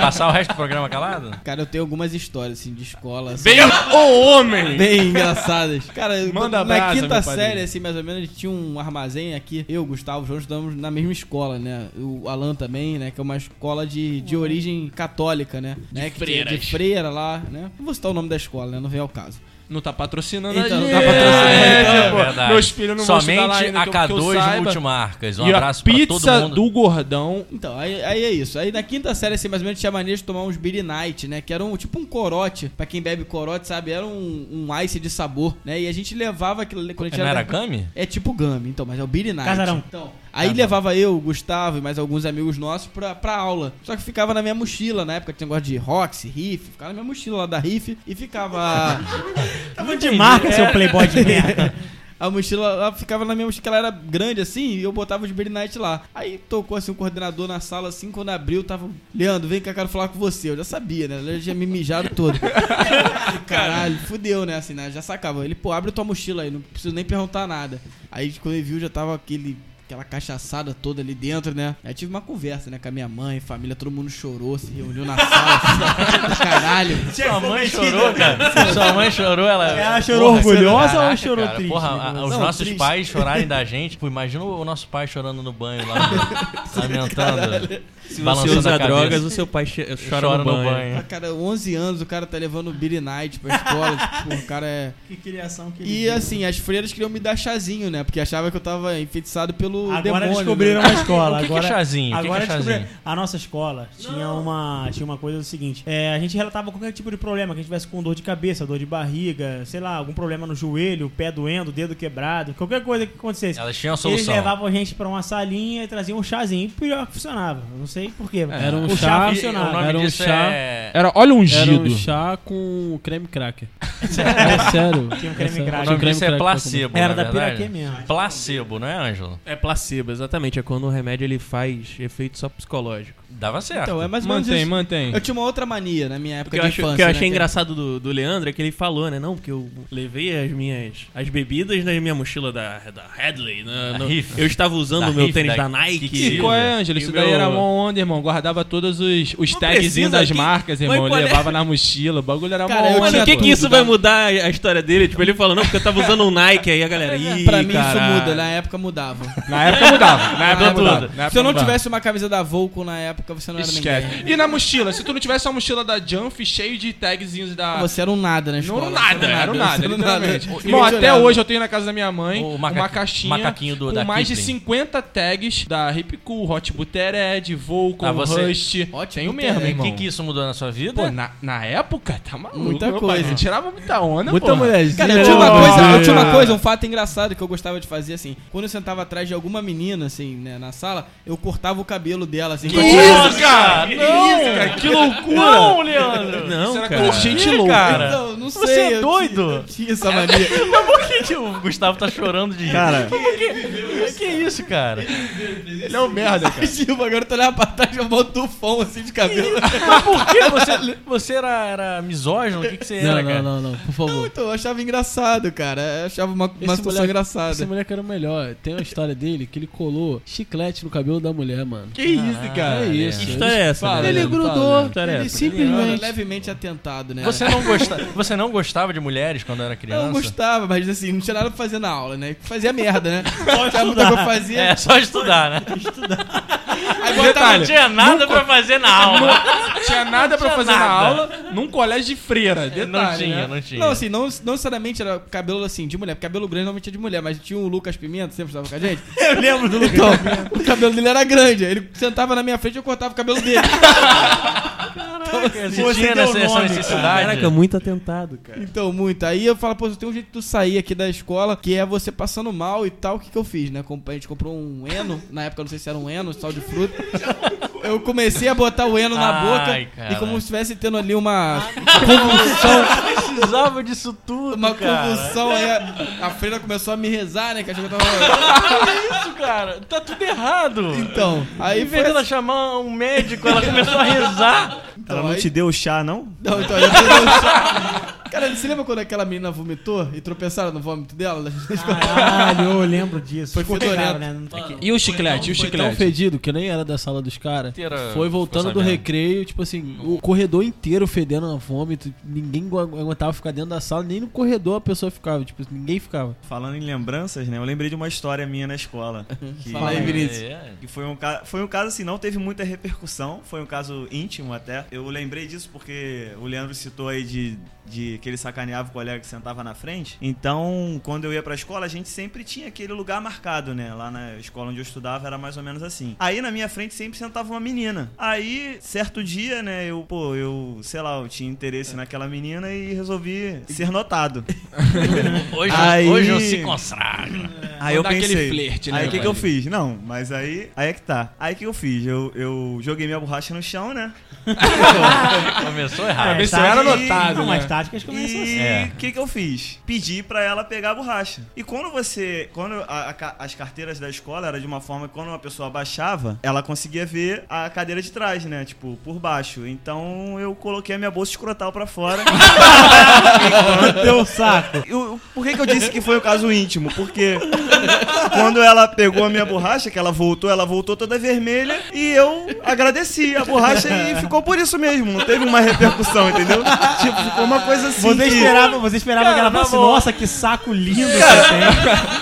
S4: Passar o resto do programa calado?
S3: Cara, eu tenho algumas histórias, assim, de escola. assim,
S2: Veio o homem!
S3: Bem engraçadas. Cara, eu-
S2: Manda
S3: na
S2: brasa,
S3: quinta
S2: meu padrinho.
S3: série, assim, mais ou menos, tinha um armazém aqui. Eu, Gustavo, João, estudamos na mesma escola, né? O Alan também, né? Que é uma escola de, de origem católica, né? né? que tinha-
S7: freiras.
S3: de freira lá, né? Não vou citar o nome da escola, né? Não vem ao caso.
S2: Não tá patrocinando
S3: Então,
S2: a
S3: não
S2: gente.
S3: tá
S5: É,
S7: É
S3: patrocinando,
S2: pô.
S4: É, Verdade.
S2: Meus filhos não vão
S4: Somente
S2: estudar lá ainda, que eu-
S4: a
S2: que eu
S4: K2
S2: saiba.
S4: Multimarcas. Um
S2: e a
S4: abraço pra
S2: pizza
S4: todo mundo.
S2: do gordão.
S3: Então, aí, aí é isso. Aí na quinta série, assim, mais ou menos tinha maneira de tomar uns Beer Night, né? Que era um, tipo um corote. Pra quem bebe corote, sabe? Era um, um ice de sabor, né? E a gente levava aquilo ali quando a gente
S4: Não
S3: era
S4: era Kami?
S3: É tipo Gummy, então, mas é o Beer Night.
S1: Casarão.
S3: Então, aí levava eu, o Gustavo e mais alguns amigos nossos pra, pra aula. Só que ficava na minha mochila, na época tinha um negócio de Roxy, Riff, ficava na minha mochila lá da Riff e ficava...
S1: [LAUGHS] Tava de marca, seu playboy de
S4: [LAUGHS]
S1: merda.
S3: A mochila ela ficava na minha mochila, que ela era grande assim, e eu botava os Beer Night lá. Aí tocou assim o coordenador na sala, assim, quando abriu, tava. Leandro, vem cá, quero falar com você. Eu já sabia, né? Ele já me mijado todo. Caralho, fudeu, né? Assim, né? Já sacava. Ele, pô, abre tua mochila aí, não preciso nem perguntar nada. Aí quando ele viu, já tava aquele. Aquela cachaçada toda ali dentro, né? Aí tive uma conversa, né? Com a minha mãe, família, todo mundo chorou, se reuniu na sala. [LAUGHS] assim, caralho.
S4: Sua mãe chorou, cara. [LAUGHS] Sua mãe chorou, ela.
S1: Ela chorou orgulhosa
S4: caraca,
S1: ou chorou
S4: cara,
S1: triste?
S4: Porra, a- os
S3: Não,
S4: nossos
S3: triste.
S4: pais chorarem da gente. Pô, imagina o nosso pai chorando no banho lá, lamentando.
S7: Se você
S4: Balançando a
S7: usa
S4: cabeça.
S7: drogas, o seu pai che- chora, no banho.
S3: Ah, Cara, 11 anos, o cara tá levando Billy Knight pra escola. tipo, o cara é...
S1: Que criação que ele
S3: E
S1: deu.
S3: assim, as freiras queriam me dar chazinho, né? Porque achava que eu tava enfeitiçado pelo
S1: Agora
S3: demônio. [LAUGHS]
S1: descobriram [LAUGHS]
S3: né?
S1: uma escola.
S4: O que, que é
S1: agora
S4: chazinho? O que, que
S1: Agora
S4: é
S1: descobri-
S4: chazinho?
S1: a nossa escola tinha uma, tinha uma coisa do seguinte: é, a gente relatava qualquer tipo de problema, que a gente tivesse com dor de cabeça, dor de barriga, sei lá, algum problema no joelho, pé doendo, dedo quebrado, qualquer coisa que acontecesse.
S4: Elas tinham a
S1: Eles
S4: solução.
S1: levavam a gente pra uma salinha e traziam um chazinho. E pior que funcionava. Eu Não sei porquê.
S8: Era um
S1: o chá,
S8: chá-
S4: E o
S1: funcionava.
S4: nome
S8: Era um
S4: disso
S8: chá.
S4: é...
S5: Era óleo
S8: Era
S5: ungido.
S8: um chá com creme
S7: [LAUGHS]
S8: cracker. é sério.
S1: Tinha um creme
S8: É
S1: cracker.
S4: O
S8: sério. Tinha um
S4: nome
S8: creme
S4: disso é
S8: cracker pra
S4: placebo,
S1: Era
S4: na
S1: da
S4: verdade.
S1: Piraquê mesmo.
S4: Placebo, não é, Ângelo?
S7: É placebo, exatamente. É quando o remédio ele faz efeito só psicológico.
S4: Dava certo.
S3: Então, é mais ou menos
S2: Mantém,
S3: isso.
S2: mantém.
S3: Eu tinha uma outra mania na minha
S7: O
S3: época
S7: que eu,
S3: de
S7: acho-
S3: infância.
S7: o que eu
S3: né,
S7: achei
S3: que-
S7: engraçado do, do Leandro é que ele falou, né? Não, porque eu levei as minhas. as bebidas na minha mochila da, da Hadley. né,
S4: Da
S7: no-
S4: Riff.
S7: eu estava usando
S4: Da
S7: o meu
S4: Riff,
S7: tênis
S4: da
S7: da, Nike.
S4: Kiki.
S2: E qual é, Ângelo?
S7: E
S2: Isso
S7: o
S2: daí
S7: meu-
S2: era mão onda, irmão. Guardava todos os, os
S7: Não
S2: tagzinhos
S7: precisa,
S2: das
S7: que-
S2: marcas, irmão.
S7: Mas qual é?
S2: Levava na mochila. O bagulho era
S3: Cara,
S2: mó
S3: eu
S2: onda.
S7: Mano, o que
S3: tinha
S7: que isso
S3: tudo,
S7: vai
S3: né?
S7: mudar a história dele? Tipo, ele falou, não, porque eu tava usando um Nike. Aí a galera, ih,
S3: Pra mim
S7: caralho.
S3: isso muda, né?
S7: [LAUGHS]
S3: na época mudava.
S2: Na época mudava. Na época
S3: época
S2: mudava.
S5: é
S3: mudava.
S2: Na
S3: Se eu não
S2: época mudava.
S3: tivesse uma camisa da Volcom na época, você não era ninguém.
S2: Esquece. E na mochila? Se tu não tivesse uma mochila da Jump cheio de tagzinhos
S5: Ah.
S2: da.
S3: Você era um nada na
S2: Não
S3: escola.
S2: era
S4: né?
S2: nada, era um nada,
S3: você
S2: literalmente.
S3: nada.
S2: Irmão, até
S3: Olhava.
S2: hoje eu tenho na casa da minha mãe
S4: O
S2: uma
S4: maca-
S2: caixinha
S4: macaquinho do-
S2: com
S4: da
S2: mais de
S4: Kipling.
S2: 50 tags da Hip Cool, Hot Butered, Volcom,
S4: Ah, você-
S2: Rust.
S3: Ótimo,
S2: Tenho
S3: Butered.
S2: mesmo,
S4: E o
S2: irmão.
S4: É, que, que isso mudou na sua vida?
S2: Pô, na, na época, tá maluco.
S3: Muita
S2: meu pai.
S3: coisa.
S2: Eu tirava muita onda,
S8: Muita
S2: porra.
S8: mulherzinha.
S3: Cara, eu tinha, uma
S5: né?
S2: Ô,
S3: coisa, eu tinha uma
S5: Ah.
S2: cara.
S3: coisa, um fato engraçado que eu gostava de fazer, assim. Quando eu sentava atrás de alguma menina, assim, né, na sala, eu cortava o cabelo dela, assim. pra tirar-
S4: isso, cara! Não, cara, que loucura! Não, Leandro!
S7: Não,
S2: Isso era
S7: cara.
S2: coisa de gente louca.
S4: cara.
S3: Não, não sei.
S4: Você é
S3: Então, eu
S4: doido? [LAUGHS]
S3: tinha- Eu tinha essa mania.
S4: o Gustavo tá chorando de rir.
S6: [LAUGHS] Cara,
S4: que isso, cara?
S2: Ele é um merda, cara.
S3: Tipo, agora eu tô olhando pra trás, eu boto um fão, assim, de cabelo.
S4: Mas por que você, você era, era misógino? O que, que você era,
S8: Não,
S4: cara?
S8: não, não, não, por
S3: Não,
S8: favor.
S3: então, eu achava engraçado, cara. Eu achava uma, uma
S8: Esse
S3: situação
S8: moleque-
S3: engraçada.
S8: Esse moleque era o melhor. Tem uma história dele que ele colou chiclete no cabelo da mulher, mano.
S2: Que isso, cara?
S8: é isso.
S7: Que história é essa?
S8: Fala,
S7: né?
S8: Ele
S7: Fala,
S8: grudou,
S7: né? História é
S8: Ele
S7: essa?
S3: Ele era
S8: simplesmente.
S3: levemente atentado, né?
S4: Você não, gosta, você não gostava de mulheres quando era criança?
S3: Eu gostava, mas assim, não tinha nada pra fazer na aula, né? Fazia merda, né?
S1: Só
S3: Tinha muita coisa pra
S1: estudar.
S3: fazer.
S4: É, só estudar, né?
S3: Aí botava,
S4: Não tinha nada pra fazer na aula.
S2: Tinha nada pra
S4: Tinha
S2: fazer na
S4: nada.
S2: aula num colégio de freira. Detalhe,
S4: não tinha,
S2: né?
S4: não tinha.
S3: Não, assim, não, não necessariamente era cabelo assim de mulher, porque cabelo grande normalmente é de mulher, mas tinha o Lucas Pimenta, sempre estava com a gente.
S1: Eu lembro do
S3: Então, o cabelo dele era grande, ele sentava na minha frente e eu cortava o cabelo dele.
S4: Então, Você
S1: Você
S4: tinha
S1: deu
S4: nessa- essa
S1: nome,
S4: necessidade.
S7: Caraca, muito atentado, cara.
S3: Então, muito. Aí eu falo, pô, tem um jeito de tu sair aqui da escola, que é você passando mal e tal. O que, que eu fiz, né? Compa- A gente comprou um eno, na época eu não sei se era um eno, sal de fruta. Eu comecei a botar o eno na boca
S4: Ai, cara. Ah,
S3: e como se estivesse tendo ali uma,
S4: [LAUGHS] precisava disso tudo,
S3: uma
S4: cara.
S3: convulsão. Aí a, a freira começou a me rezar, né? Que achou que eu tava.
S4: isso, cara? Tá tudo errado.
S3: Então, aí
S4: Em vez
S3: foi.
S4: dela chamar um médico, ela começou a rezar.
S3: então,
S6: ela não
S3: aí-
S6: te deu chá, não?
S3: Não, então,
S4: [LAUGHS]
S3: eu tô- Cara, você lembra quando aquela menina vomitou e tropeçaram no vômito dela?
S1: Caralho, eu lembro disso.
S3: Foi
S1: Ficou caro,
S3: fedorento.
S1: né? Não tem que-
S2: E o chiclete? e o
S8: Foi tão
S2: chiclete?
S8: fedido que nem era da sala dos caras.
S4: Inteira
S8: Foi voltando
S4: ficou
S8: do
S4: sabendo.
S8: recreio, tipo assim, o corredor inteiro fedendo na vômito. Ninguém agu- aguentava ficar dentro da sala, nem no corredor a pessoa ficava. Tipo, ninguém ficava.
S6: Falando em lembranças, né? Eu lembrei de uma história minha na escola. Que,
S3: Fala aí, Vinícius.
S4: É.
S6: que foi, um ca... foi um caso assim, não teve muita repercussão. Foi um caso íntimo até. Eu lembrei disso porque o Leandro citou aí de, de que ele sacaneava o colega que sentava na frente. Então, quando eu ia pra escola, a gente sempre tinha aquele lugar marcado, né? Lá na escola onde eu estudava era mais ou menos assim. Aí na minha frente sempre sentava uma menina. Aí, certo dia, né? Eu, pô, eu, sei lá, eu tinha interesse naquela menina e resolvi ser notado.
S4: [LAUGHS] Hoje,
S6: Aí-
S4: hoje eu se consagra.
S6: Aí eu
S2: Mandar aquele
S6: pensei.
S2: flerte, né,
S6: aí o que, que eu
S2: velho?
S6: fiz? Não, mas aí. Aí é que tá. Aí o que eu fiz? Eu, eu joguei minha borracha no chão, né?
S1: [LAUGHS]
S4: Começou
S1: Ah,
S4: errado.
S2: ver se
S1: tática-
S2: era anotado,
S1: Não,
S2: né?
S1: mas táticas começam assim.
S6: E o que, que eu fiz? Pedi pra ela pegar a borracha. E quando você. Quando a- a ca- as carteiras da escola era de uma forma que quando uma pessoa baixava, ela conseguia ver a cadeira de trás, né? Tipo, por baixo. Então eu coloquei a minha bolsa escrotal pra fora.
S1: Teu saco.
S6: Eu- por que, que eu disse que foi o caso íntimo? Porque Quando ela pegou a minha borracha, que ela voltou, ela voltou toda vermelha e eu agradeci a borracha e ficou por isso mesmo. Não teve uma repercussão, entendeu? Tipo, ficou uma coisa assim.
S1: Você
S6: que-
S1: esperava, você esperava que ela
S4: na
S1: falasse,
S4: boa.
S1: nossa, que saco lindo que você tem.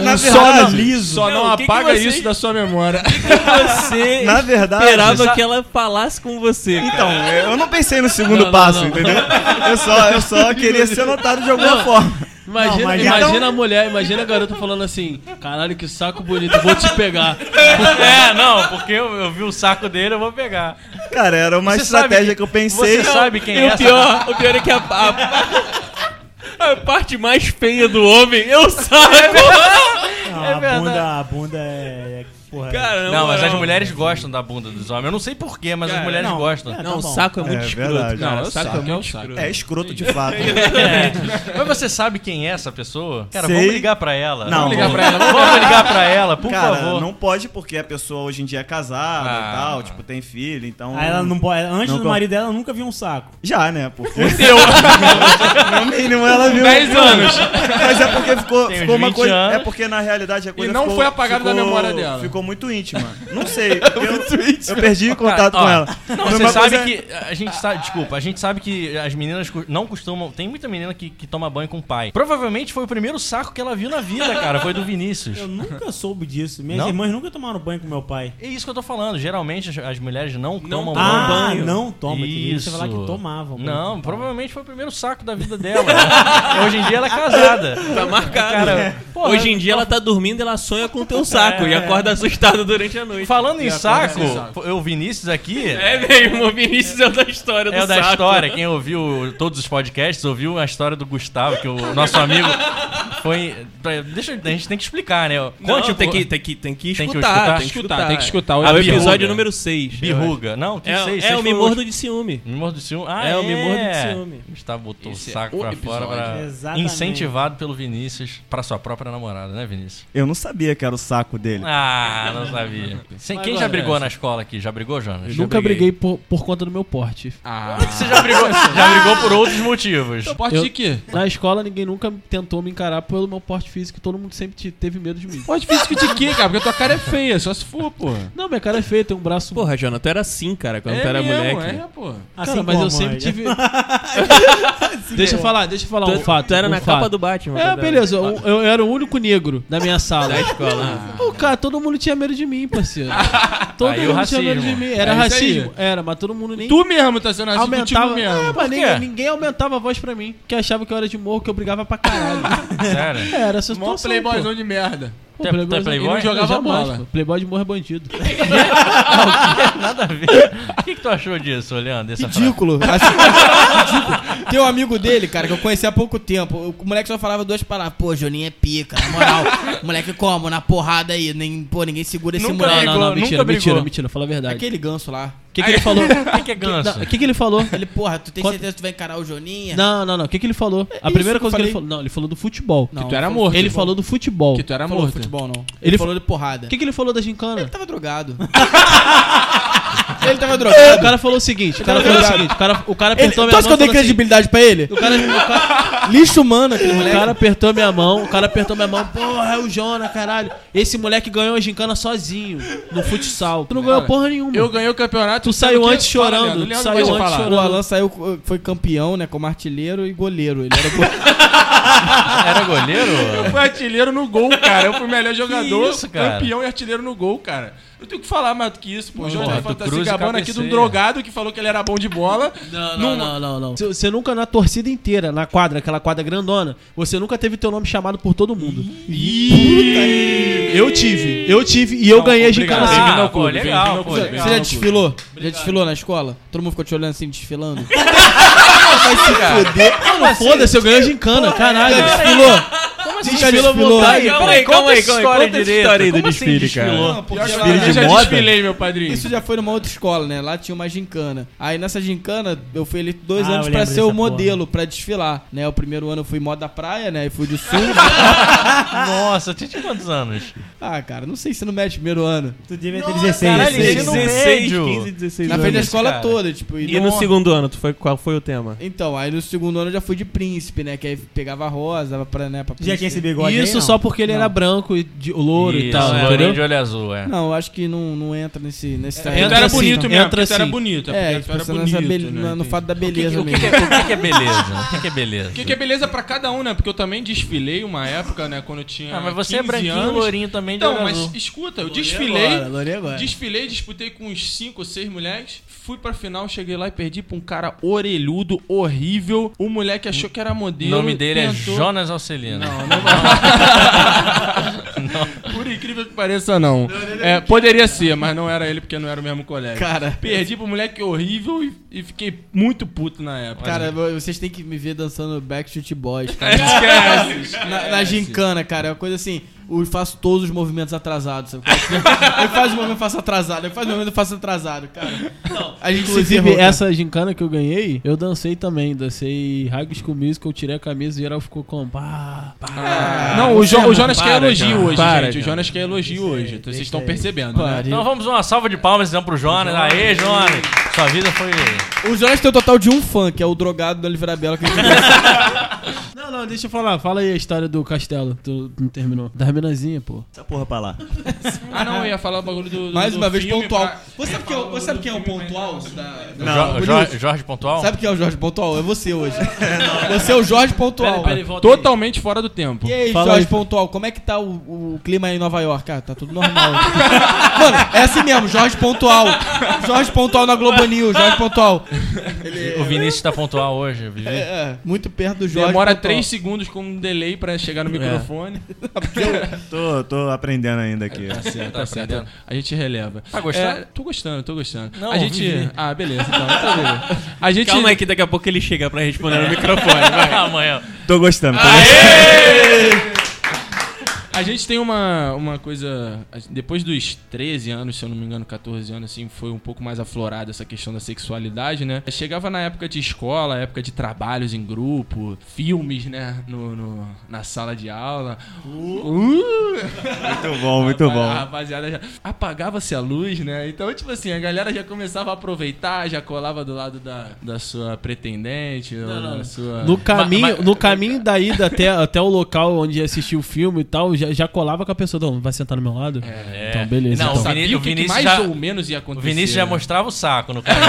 S6: na
S1: Um
S6: verdade-
S1: só liso.
S5: Só não,
S7: Não, o que que
S5: apaga
S7: você-
S5: isso da sua memória.
S7: Você
S6: Na verdade.
S7: esperava
S4: sabe-
S7: que ela falasse com você. cara.
S6: Então, eu não pensei no segundo passo, entendeu? Eu só, eu só queria ser notado de alguma forma.
S7: Imagina,
S1: Não, mas
S7: imagina
S1: então-
S7: a mulher, imagina a garota falando assim: caralho, que saco bonito, vou te
S8: [LAUGHS]
S7: pegar.
S4: É, não, porque eu, eu vi o saco dele, eu vou pegar.
S6: Cara, era uma
S4: Você
S6: estratégia
S4: sabe-
S6: que eu pensei.
S4: Você sabe quem
S7: e
S4: é
S7: o
S4: essa?
S7: pior, o pior é que a, a- a parte mais feia do homem, eu saco.
S1: Não,
S4: É
S1: a
S4: verdade.
S1: bunda, a bunda é... é- Porra,
S7: Cara, na
S4: Não, mas
S7: moral.
S4: as mulheres gostam da bunda dos homens. Eu não sei porquê, mas as
S7: Cara,
S4: mulheres
S1: não.
S4: gostam.
S1: É, tá
S7: Não, o
S1: bom.
S7: saco é muito
S6: É
S7: escroto,
S6: verdade.
S5: Não,
S7: cara. o
S5: eu
S7: saco,
S5: saco,
S7: é muito
S5: eu saco.
S7: escroto.
S6: É escroto de fato.
S4: É. Mas você sabe quem é essa pessoa? Cara,
S6: Sei.
S4: vamos ligar pra ela.
S6: Não.
S4: vamos ligar pra ela. Vamos ligar pra ela, por
S6: Cara,
S4: favor.
S6: não pode porque a pessoa hoje em dia é casada
S4: Ah.
S6: e tal, tipo, tem filho, então.
S1: Aí ela não pode... Antes
S6: Não
S1: do
S6: com-
S1: marido dela, ela nunca viu um saco.
S6: Já,
S4: [LAUGHS]
S6: né? Porque. [LAUGHS] no mínimo ela viu.
S5: 10 anos.
S6: Mas é porque ficou,
S4: Tem uns
S6: ficou uma
S4: 20
S6: coisa.
S4: anos.
S6: É porque na realidade a coisa.
S5: não
S6: ficou-
S5: foi apagado da
S6: ficou-
S5: memória dela.
S6: Ficou muito íntima. Não sei. porque eu, eu perdi o contato
S4: Ó,
S6: com ela.
S4: Não,
S6: Foi
S4: você
S6: uma
S4: sabe
S6: coisa-
S4: que. A gente sabe. Desculpa, a gente sabe que as meninas cu- não costumam. Tem muita menina que, que toma banho com o pai. Provavelmente foi o primeiro saco que ela viu na vida, cara. Foi do Vinícius.
S1: Eu nunca soube disso. Minhas
S4: Não?
S1: irmãs nunca tomaram banho com meu pai.
S4: É isso que eu tô falando. Geralmente as, as mulheres não, tomam
S1: Ah,
S4: um banho.
S1: não toma. Isso. Você
S4: Isso.
S1: falar que tomavam.
S4: Não, provavelmente foi o primeiro saco da vida dela. Hoje em dia ela é casada.
S6: [LAUGHS]
S7: Tá marcado.
S6: É.
S4: Cara, porra,
S7: Hoje em dia ela tá dormindo, ela sonha com o teu saco
S8: É.
S7: e acorda assustada durante a noite.
S4: Falando em saco,
S5: sem saco.
S4: eu, Vinícius aqui,
S7: É mesmo, o Vinícius é o da história do
S4: É o da
S7: saco.
S4: história. Quem ouviu todos os podcasts ouviu a história do Gustavo, que o nosso amigo foi. pra- Deixa, eu- a gente tem que explicar, né?
S7: Não,
S8: um
S4: Conte o
S7: tem,
S4: po-
S7: que, tem, que, tem que
S4: Tem que
S7: escutar,
S2: Ah,
S4: escutar? Ah,
S7: tem que escutar,
S5: Escutar, tem que escutar.
S7: É o
S4: Birruga.
S8: né?
S7: episódio número 6.
S4: Birruga. Não, que
S7: É,
S4: sei.
S7: é
S4: seis
S7: o
S4: foi
S7: Me Mordo de Ciúme.
S4: Me mordo de ciúme. Ah,
S7: É, o Me Mordo de Ciúme.
S4: Gustavo botou
S5: Esse
S4: o
S5: é
S4: saco
S5: o
S4: pra fora,
S5: episódio.
S4: pra-
S1: Exatamente.
S4: incentivado pelo Vinícius pra sua própria namorada, né,
S7: [LAUGHS]
S4: Vinícius?
S6: Eu não sabia que era o saco dele.
S4: Ah, não sabia. Sem- quem já brigou na escola aqui? Já brigou, Jonas?
S8: Nunca briguei por, por conta do meu porte.
S5: Ah.
S4: Você já
S8: [LAUGHS]
S4: brigou, já brigou por outros motivos.
S5: Porte de quê?
S8: Na escola, ninguém nunca tentou me encarar pelo meu porte físico. Todo mundo sempre te- teve medo de mim.
S7: [LAUGHS]
S5: Porte físico de quê, cara? Porque tua cara é feia, só se for, pô.
S8: Não, minha cara é feia, tem um braço... [LAUGHS]
S7: Porra, Jonathan, tu era assim, cara, quando tu
S5: É
S7: era
S5: mesmo,
S7: moleque.
S5: é, pô.
S1: Assim
S8: cara, mas
S1: como
S8: eu sempre
S1: é.
S8: tive...
S7: [LAUGHS]
S8: deixa eu falar, deixa eu falar um
S7: Assim Tu,
S8: fato.
S7: tu era
S8: um
S7: na
S8: fato.
S7: capa do Batman.
S8: É,
S7: quando era-
S8: beleza. Eu, eu era o único negro da minha sala.
S7: Da escola.
S8: Pô, cara, todo mundo tinha medo de
S5: [LAUGHS]
S8: mim, parceiro. Todo
S4: Aí o
S8: mundo tinha medo de
S4: racismo.
S8: mim. Era
S5: É isso aí.
S8: racismo? Era, mas todo mundo nem...
S5: Tu mesmo tá sendo assim do time
S8: aumentava... É,
S5: mesmo.
S8: mas
S4: quê?
S8: ninguém, ninguém aumentava a voz pra mim. Porque achava que eu era de morro, que eu brigava pra caralho.
S4: Sério.
S8: É, era essa
S5: Mó
S8: situação, pô.
S5: playboyzão de merda.
S8: Pô,
S4: Tu é- tu é playboy?
S8: não jogava
S5: Eu jamais,
S8: bola.
S5: pô.
S8: Playboy de morro é bandido.
S4: Nada a ver. O que, que tu achou disso, Leandro? Dessa frase?
S8: [LAUGHS]
S3: Ridículo. Assim, ridículo. Tem um amigo dele, cara, que eu conheci há pouco tempo. O moleque só falava duas palavras. Pô, Juninho é pica, na
S5: [LAUGHS]
S3: moral. moleque como? Na porrada aí. Nem, pô, ninguém segura esse
S4: Nunca
S3: moleque.
S4: brigou, nunca
S8: mentira,
S4: brigou.
S8: mentira, mentira, fala a verdade. O
S3: Aquele ganso lá.
S8: que, que ele falou?
S4: O que, que é ganso?
S8: O que, que ele falou?
S3: Ele, porra, tu tem
S8: Quanto-
S3: certeza que tu vai encarar o Joninha?
S8: Não, não, não. O que, que ele falou? A
S3: isso
S8: primeira
S3: que
S8: coisa
S3: eu
S8: que
S3: falei.
S8: ele falou. Não, ele falou do futebol.
S3: Não,
S5: Tu era
S3: não
S5: morto.
S8: ele falou do futebol.
S5: Que tu era
S3: falou
S5: morto.
S3: futebol, não. Ele,
S8: Ele
S3: falou de porrada.
S8: O que, que ele falou da gincana?
S3: Ele tava drogado. [LAUGHS] ele tava drogado.
S8: O cara falou o seguinte, o cara falou o seguinte, o cara, o cara
S3: Ele, tu
S8: apertou a minha
S3: acha que eu
S8: mão. e
S3: dei
S8: falou assim,
S3: credibilidade pra ele?
S8: o cara, o cara-
S3: [LAUGHS] Lixo humano aquele
S8: O
S3: moleque.
S8: cara apertou minha mão, o cara apertou minha mão, porra, é o Jona, caralho. Esse moleque ganhou a gincana sozinho, no futsal. Tu não ganhou
S5: Cara,
S8: porra nenhuma.
S5: Eu ganhei o campeonato.
S8: Tu
S5: sabe
S8: saiu
S5: o quê?
S8: antes
S5: é Fala,
S8: chorando,
S5: Leandro.
S8: tu
S5: Leandro
S8: saiu
S5: vai
S8: antes
S5: falar.
S8: chorando.
S3: O Alan saiu, foi campeão, né? Como artilheiro e goleiro. Ele era go-
S4: Ah, Era goleiro?
S5: Eu fui artilheiro no gol, cara. Eu fui o melhor jogador,
S4: isso, cara?
S5: campeão e artilheiro no gol, cara. Não tenho o que falar mais do que isso, pô. O Jorge
S4: porra,
S5: Rafa
S4: do
S5: tá se
S4: Cruz e
S5: gabando aqui de um
S4: cabeceia.
S5: drogado que falou que ele era bom de bola.
S8: Não, não, não, não, [LAUGHS] não. Você- Você nunca na torcida inteira, na quadra, aquela quadra grandona, você nunca teve teu nome chamado por todo mundo. Eu tive, eu tive e eu ganhei a gincana
S5: obrigado.
S8: assim.
S4: Ah,
S5: Bem-vindo ao
S4: pô,
S5: clube, bem-vindo
S4: legal, pô,
S5: ao clube.
S3: Você
S4: legal.
S3: já desfilou? Já desfilou na escola? Todo mundo ficou te olhando assim, desfilando?
S8: Não, foda-se, eu ganhei a gincana, caralho.
S3: Desfilou?
S8: Desfilou à vontade.
S7: Calma aí, calma aí, calma aí. Conta essa história aí do
S4: Como assim
S7: desfile, cara.
S4: desfilou?
S5: Pior que eu
S6: desfile de
S5: já
S6: moda?
S5: desfilei, meu padrinho.
S3: Isso já foi numa outra escola, né? Lá tinha uma gincana. Aí nessa gincana, eu fui eleito dois
S1: Ah, eu
S3: anos pra
S1: lembro
S3: ser o
S1: dessa porra.
S3: modelo, pra desfilar. Né? O primeiro ano eu fui moda praia, né? E fui do sul.
S4: Nossa, tu tinha quantos anos?
S3: ah, cara, não sei se não mete primeiro ano.
S1: Tu devia ter 16.
S4: caralho,
S1: né?
S4: ensino médio.
S7: 15, 16
S3: Na
S7: anos.
S3: frente da escola
S4: cara.
S3: toda, tipo.
S7: E no segundo ano, tu foi, qual foi o tema?
S3: Então, aí no segundo ano eu já fui de príncipe, né? Que aí pegava rosa, dava pra, né, pra
S1: Já tinha
S3: princesa.
S1: esse bigode aí,
S8: Isso
S1: não.
S8: só porque ele era branco e de, louro e
S4: Isso,
S8: tal,
S4: loirinho
S8: entendeu?
S4: de olho azul, é.
S3: [LAUGHS] Não, eu acho que não, não entra nesse, nesse
S8: É,
S3: entra
S5: tu era
S8: assim,
S5: bonito mesmo,
S8: entra
S5: porque tu era
S8: assim.
S5: bonito.
S3: É,
S5: é porque tu era
S3: pensa nessa
S5: bonito,
S3: bele-
S5: né?
S3: na- no
S5: Entendi.
S3: fato da beleza
S4: O que, que,
S3: mesmo.
S4: é- o que que é beleza? O que, que é beleza?
S5: Que, que é beleza pra cada um, né? Porque eu também desfilei uma época, né? Quando eu tinha.
S4: Ah, mas você é
S5: 15
S4: branquinho,
S5: anos.
S4: loirinho também de
S5: Então,
S4: olho
S5: mas
S4: azul.
S5: escuta, eu desfilei.
S8: Agora, loirinho agora.
S5: Desfilei, disputei com uns 5 ou 6 mulheres. Fui pra final, cheguei lá e perdi pra um cara orelhudo, horrível. O moleque achou que era
S4: O
S5: modelo.
S4: nome dele
S5: tentou-
S4: é Jonas Alcelino. [LAUGHS]
S5: Não, não [LAUGHS] Por incrível que pareça, não. É, poderia ser, mas não era ele porque não era o mesmo colégio.
S3: Cara,
S5: Perdi pro moleque horrível e, e fiquei muito puto na época.
S3: cara, vocês têm que me ver dançando Backstreet Boys, cara.
S4: é
S5: esquece.
S3: Na, na gincana, cara. É uma coisa assim. Eu faço todos os movimentos atrasados. Sabe? Eu faço o movimento, eu faço atrasado. Eu faço o movimento, eu faço atrasado, cara. a gente se
S8: Inclusive,
S7: né?
S3: ferrou, cara.
S8: essa gincana que eu ganhei, eu dancei também. Dancei High School Musical, tirei a camisa e geral ficou com... Pá, pá.
S4: Ah,
S5: não, o, Jo- o Jonas
S4: é para,
S5: quer elogio
S4: cara,
S5: hoje,
S4: para,
S5: gente.
S4: cara.
S5: O Jonas quer elogio hoje. Então, vocês estão percebendo, né?
S4: Então vamos uma salva de palmas então pro Jonas. Aê, Jonas! Sua vida foi.
S3: O Jonas tem o total de um fã, que é o drogado da Livrabela. Que a gente
S8: Não, não, deixa eu falar. Fala aí a história do castelo. Tu não terminou. Da menazinha, pô.
S6: Essa porra pra lá.
S5: Ah, não, eu ia falar o bagulho do. do-
S3: Mais
S5: do
S3: uma vez,
S5: filme
S3: pontual.
S5: pra-
S3: Você sabe, quem é o- você sabe quem é o pontual? da- da-
S4: Jo- Jo- Jorge Pontual?
S3: Sabe quem é o Jorge Pontual? É você hoje. você é o Jorge Pontual.
S5: Totalmente fora do tempo.
S3: E aí,
S8: Fala
S3: Jorge
S8: aí.
S3: Pontual, como é que tá o, o clima aí em Nova York? Cara, tá tudo normal. [LAUGHS] Mano, é assim mesmo, Jorge Pontual. Jorge Pontual na Globo News, Jorge Pontual.
S4: O Vinícius tá pontual hoje, Vivi.
S3: É, é, muito perto do Jorge
S5: Demora
S3: Pontual.
S5: 3 segundos com um delay pra chegar no
S4: É.
S5: microfone.
S4: Tá
S6: Tô, tô aprendendo ainda aqui.
S5: Tá certo. A gente releva.
S4: Tá gostando?
S5: É, tô gostando, tô gostando.
S4: Não,
S5: a gente.
S4: Vivi.
S5: Ah, beleza. Então, tá beleza. A gente.
S7: Calma aí que daqui a pouco ele chega pra responder no microfone.
S4: Amanhã.
S6: Tô gostando. Tô
S5: A gente tem uma, uma coisa. Depois dos 13 anos, se eu não me engano, 14 anos, assim, foi um pouco mais aflorada essa questão da sexualidade, né? Chegava na época de escola, época de trabalhos em grupo, filmes, né? No, no- na sala de aula. Uh!
S6: Muito bom, muito
S5: A
S6: bom.
S5: rapaziada já apagava-se a luz, né? Então, tipo assim, a galera já começava a aproveitar, já colava do lado da, da sua pretendente, ou da sua.
S8: No caminho, no caminho da ida até, até o local onde ia assistir o filme e tal, já, já colava com a pessoa. Não, vai sentar do meu lado?
S4: É.
S8: Então, beleza.
S4: Não,
S8: então.
S4: o
S5: Sabia
S4: Vinícius,
S5: o que, que
S4: Vinícius
S5: mais
S4: já,
S5: ou menos ia
S4: o
S5: acontecer.
S4: Vinícius já
S5: né?
S4: mostrava o saco no caminho.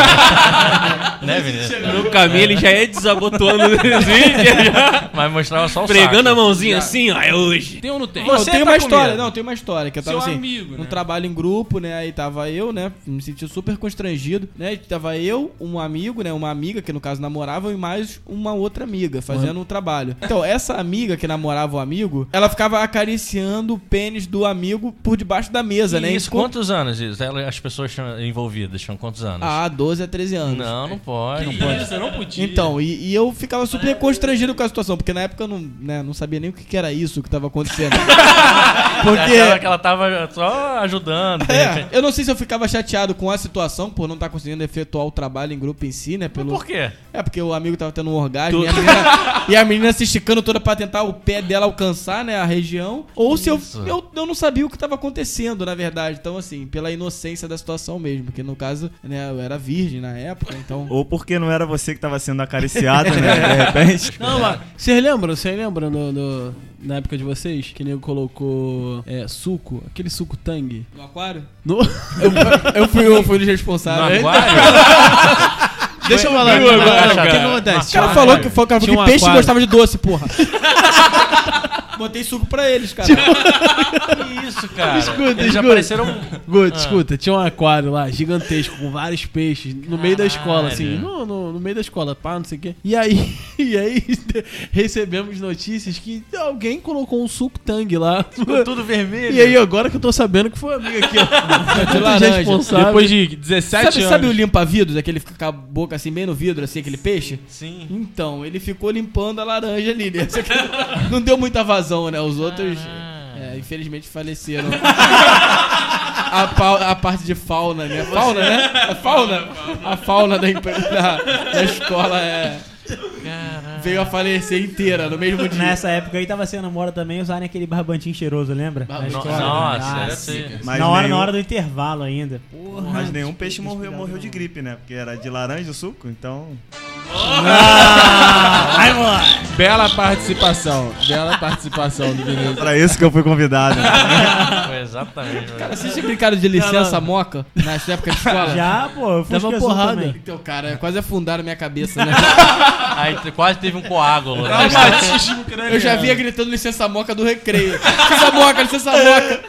S4: né, Vinícius?
S7: No caminho ele já é desabotoando [LAUGHS] os vídeos, já
S4: Mas mostrava só o
S7: pregando a
S4: saco.
S7: mãozinha assim, ó, é hoje.
S5: Tem ou não tem?
S3: Não,
S4: Você
S3: tem
S4: tá
S3: uma
S4: com
S3: história,
S4: medo.
S3: não, tem uma história que eu tava
S5: Seu
S3: assim,
S5: amigo,
S3: num
S5: né?
S3: trabalho em grupo, né? Aí tava eu, né? Me senti super constrangido, né? e Tava eu, um amigo, né? Uma amiga que no caso namorava e mais uma outra amiga fazendo um trabalho. Então, essa amiga que namorava o amigo, ela ficava acariciando o pênis do amigo por debaixo da mesa, né?
S4: E isso,
S3: enquanto-
S4: quantos anos isso? Ela- As pessoas tinham- envolvidas tinham quantos anos?
S3: Ah, 12 a 13 anos.
S4: não, não pode. Não pode.
S5: Isso, eu não podia.
S3: Então, e, e eu ficava super constrangido com a situação, porque na época eu não, né, não sabia nem o que, que era isso que tava acontecendo.
S4: [LAUGHS]
S3: porque
S4: Achava que ela tava só ajudando. de repente.
S3: É, eu não sei se eu ficava chateado com a situação por não estar conseguindo efetuar o trabalho em grupo em si, né? Pelo...
S4: Por quê?
S3: É porque o amigo tava tendo um orgasmo e, a menina, [LAUGHS] e a menina se esticando toda pra tentar o pé dela alcançar, né? A região. Ou se eu, eu, eu não sabia o que tava acontecendo, na verdade. Então, assim, pela inocência da situação mesmo. Porque no caso, né? Eu era virgem na época, então.
S6: Ou porque não era você que tava sendo acariciado, né? De repente.
S8: Não, mas vocês lembram? Vocês lembram no, no- na época de vocês que nego colocou é, suco, aquele suco tangue?
S3: No aquário?
S8: No...
S3: Eu fui, eu fui o responsável.
S8: Deixa eu falar.
S4: Viu
S8: Não, não,
S4: agora,
S8: não, O que
S4: cara?
S8: acontece?
S3: O cara falou que, foi, o cara falou
S8: Tinha um
S3: que peixe
S8: aquário.
S3: gostava de doce, porra. Botei suco pra eles, cara.
S4: Que isso, cara?
S8: Escuta,
S4: Eles já
S8: escuta.
S4: apareceram. Ah.
S8: Guto, escuta, tinha um aquário lá, gigantesco, com vários peixes, no meio da escola, assim, no, no, no meio da escola, pá, não sei o quê. E aí, [LAUGHS] e aí recebemos notícias que alguém colocou um suco tangue lá.
S4: Tudo vermelho.
S8: E aí, agora que eu tô sabendo que foi a amiga aqui, ó.
S3: De laranja.
S8: responsável.
S5: Depois de 17
S3: Sabe,
S5: anos.
S3: sabe o limpa-vidros, aquele que fica com a boca assim, bem no vidro, assim, aquele peixe?
S4: Sim.
S3: Então, ele ficou limpando a laranja ali, né? [LAUGHS] Só que não deu muita vazão, né? Os outros, é, infelizmente, faleceram. [LAUGHS] A, pau- a parte de fauna, né? Fauna, né? A fauna. A fauna da, empre- da, da escola é... Veio a falecer inteira no mesmo dia.
S1: Nessa época aí tava sendo namora também usarem aquele barbantinho cheiroso, lembra? Da
S4: No-
S1: escola.
S4: Nossa,
S1: Ah,
S4: era
S1: sim.
S4: assim.
S6: Mas
S1: na hora,
S6: nenhum-
S1: na hora do intervalo ainda. Ah,
S6: Mas nenhum
S1: tipo,
S6: peixe morreu, morreu de gripe, né? Porque era de laranja o suco, então.
S1: Vai, moleque!
S5: Bela participação. Bela participação do Vinícius.
S6: Pra isso que eu fui convidado. né?
S4: Foi exatamente.
S3: Cara, vocês já brincaram de licença moca nas épocas de escola?
S1: Já, pô, eu fui
S8: Dava
S1: esquezão
S8: porrada.
S1: também.
S3: Então, cara, quase afundaram minha cabeça,
S8: [LAUGHS]
S3: né?
S4: Aí te- quase teve um coágulo. né?
S3: Eu já via gritando licença moca do recreio. Licença moca, licença moca.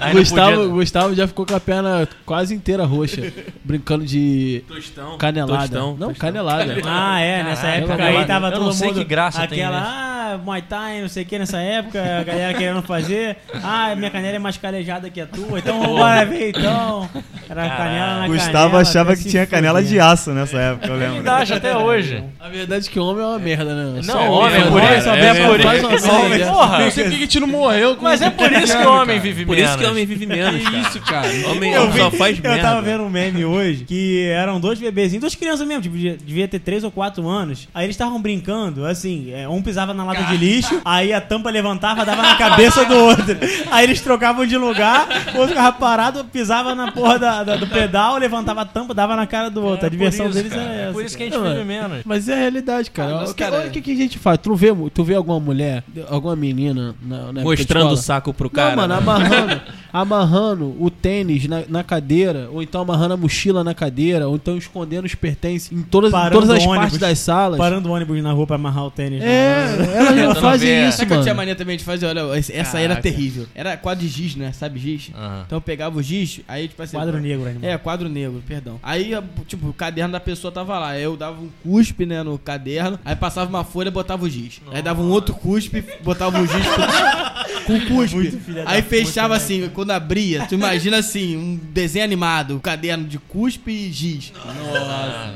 S4: Aí não
S8: Gustavo,
S4: podia-
S8: Gustavo já ficou com a perna quase inteira roxa, brincando de
S5: Tostão.
S8: canelada.
S7: Tostão,
S8: não,
S7: tostão.
S8: canelada.
S1: [LAUGHS] Ah, é, nessa época
S4: eu
S1: aí
S4: não-
S1: tava
S4: eu
S1: todo
S4: não
S1: mundo.
S4: sei que graça tem
S1: aquela,
S4: nisso.
S1: ah, Muay Thai, não sei o que nessa época, a galera querendo fazer. Ah, minha canela é mais calejada que a tua, então bora ver então. Era canela na
S6: Gustavo
S1: Ah, canela,
S6: achava
S1: até
S6: que
S1: se É
S6: tinha canela
S1: fuder.
S6: de aço nessa época, eu lembro.
S4: Ainda acho até hoje.
S8: A verdade é que homem é uma merda, né?
S4: Não, homem,
S8: merda.
S4: por
S8: Só
S4: isso. É,
S8: merda,
S4: por
S8: faz
S4: isso.
S8: uma
S4: Homem,
S8: merda.
S4: porra.
S3: é
S5: Não Ah, sei por que a gente não morreu com
S4: Mas é por isso que o homem vive
S7: Por
S4: menos.
S7: isso que homem vive menos, cara.
S5: isso, cara.
S7: Homem
S1: Eu, vi-
S7: só faz merda.
S1: eu tava vendo um meme hoje que eram dois bebezinhos, duas crianças mesmo, tipo, devia- devia ter três ou quatro anos. Aí eles estavam brincando, assim, é, um pisava na lata de lixo, aí a tampa levantava, dava na cabeça do outro. Aí eles trocavam de lugar, o outro ficava parado, pisava na porra da- da- do pedal, levantava a tampa, dava na cara do outro. a diversão deles era essa.
S4: Por isso que a
S1: cara.
S4: gente
S8: Não,
S4: vive
S8: é.
S4: menos.
S8: Mas é a realidade, cara.
S3: Ah,
S8: Olha
S3: mas,
S8: o que,
S3: cara,
S8: olha o que que a gente faz. Tu vê, tu vê alguma mulher, alguma menina na, na época de
S7: Mostrando o
S8: escola?
S7: saco pro cara.
S8: Não, mano,
S7: né?
S8: amarrando, [LAUGHS] amarrando o tênis na, na cadeira, ou então amarrando a mochila na cadeira, ou então escondendo os pertences em todas, em
S1: Parando
S8: todas as
S1: o ônibus.
S8: partes das salas.
S1: Parando o ônibus na rua pra amarrar o tênis. né?
S8: É, elas não É
S4: Tentando ver.
S8: fazem isso,
S3: Sabe que eu tinha
S8: mano.
S3: mania também de fazer? Olha, esse- essa aí era terrível. Era quadro de giz, né? Sabe giz?
S4: Aham.
S3: Então eu pegava o giz, aí tipo assim...
S1: Quadro negro, animal.
S3: É, quadro negro, perdão. Aí, a- tipo, o caderno da pessoa tava lá. Aí eu dava um cuspe, né, no caderno. Aí passava uma folha e botava o giz. Aí dava um outro cuspe, botava o giz
S1: [LAUGHS]
S3: com, com cuspe.
S1: filha da
S3: Aí
S1: puta,
S3: fechava assim, quando abria, tu imagina assim, um desenho animado, um caderno de cuspe e giz.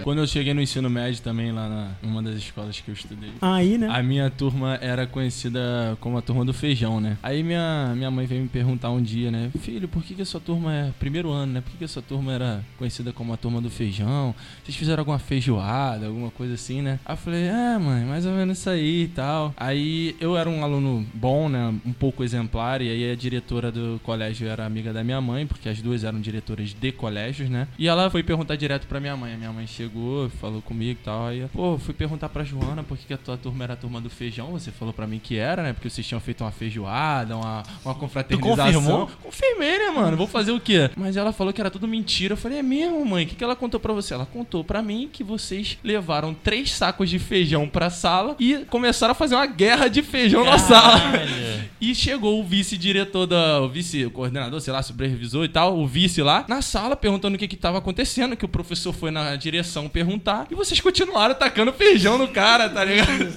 S5: Quando eu cheguei no ensino médio também, lá na uma das escolas que eu estudei.
S1: Aí, né?
S5: A minha turma era conhecida como a turma do feijão, né? Aí minha, minha mãe veio me perguntar um dia, né? Filho, por que, que a sua turma é. Primeiro ano, né? Por que, que a sua turma era conhecida como a turma do feijão? Vocês fizeram alguma feijoada, alguma coisa assim, né? Aí eu falei, é, mãe, mais ou menos isso aí e tal. Aí eu era um aluno bom, né? Um pouco exemplar. E aí a diretora do colégio era amiga da minha mãe, porque as duas eram diretoras de colégios, né? E ela foi perguntar direto pra minha mãe. A minha mãe chegou, falou comigo e tal. Aí, pô, fui perguntar pra Joana por que, que a tua turma era a turma do feijão. Você falou pra mim que era, né? Porque vocês tinham feito uma feijoada, uma, uma confraternização.
S4: confirmou?
S5: Confirmei, né, mano? Vou fazer o quê? Mas ela falou que era tudo mentira. Eu falei, é mesmo, mãe? O que, que ela contou pra você? Ela contou pra mim que vocês levaram três sacos de feijão pra sala e começaram a fazer uma guerra de feijão na sala. [LAUGHS]
S4: É.
S5: E chegou o vice-diretor da. O vice-coordenador, sei lá, supervisor e tal, o vice lá, na sala, perguntando o que que tava acontecendo, que o professor foi na direção perguntar. E vocês continuaram tacando feijão no cara, tá ligado?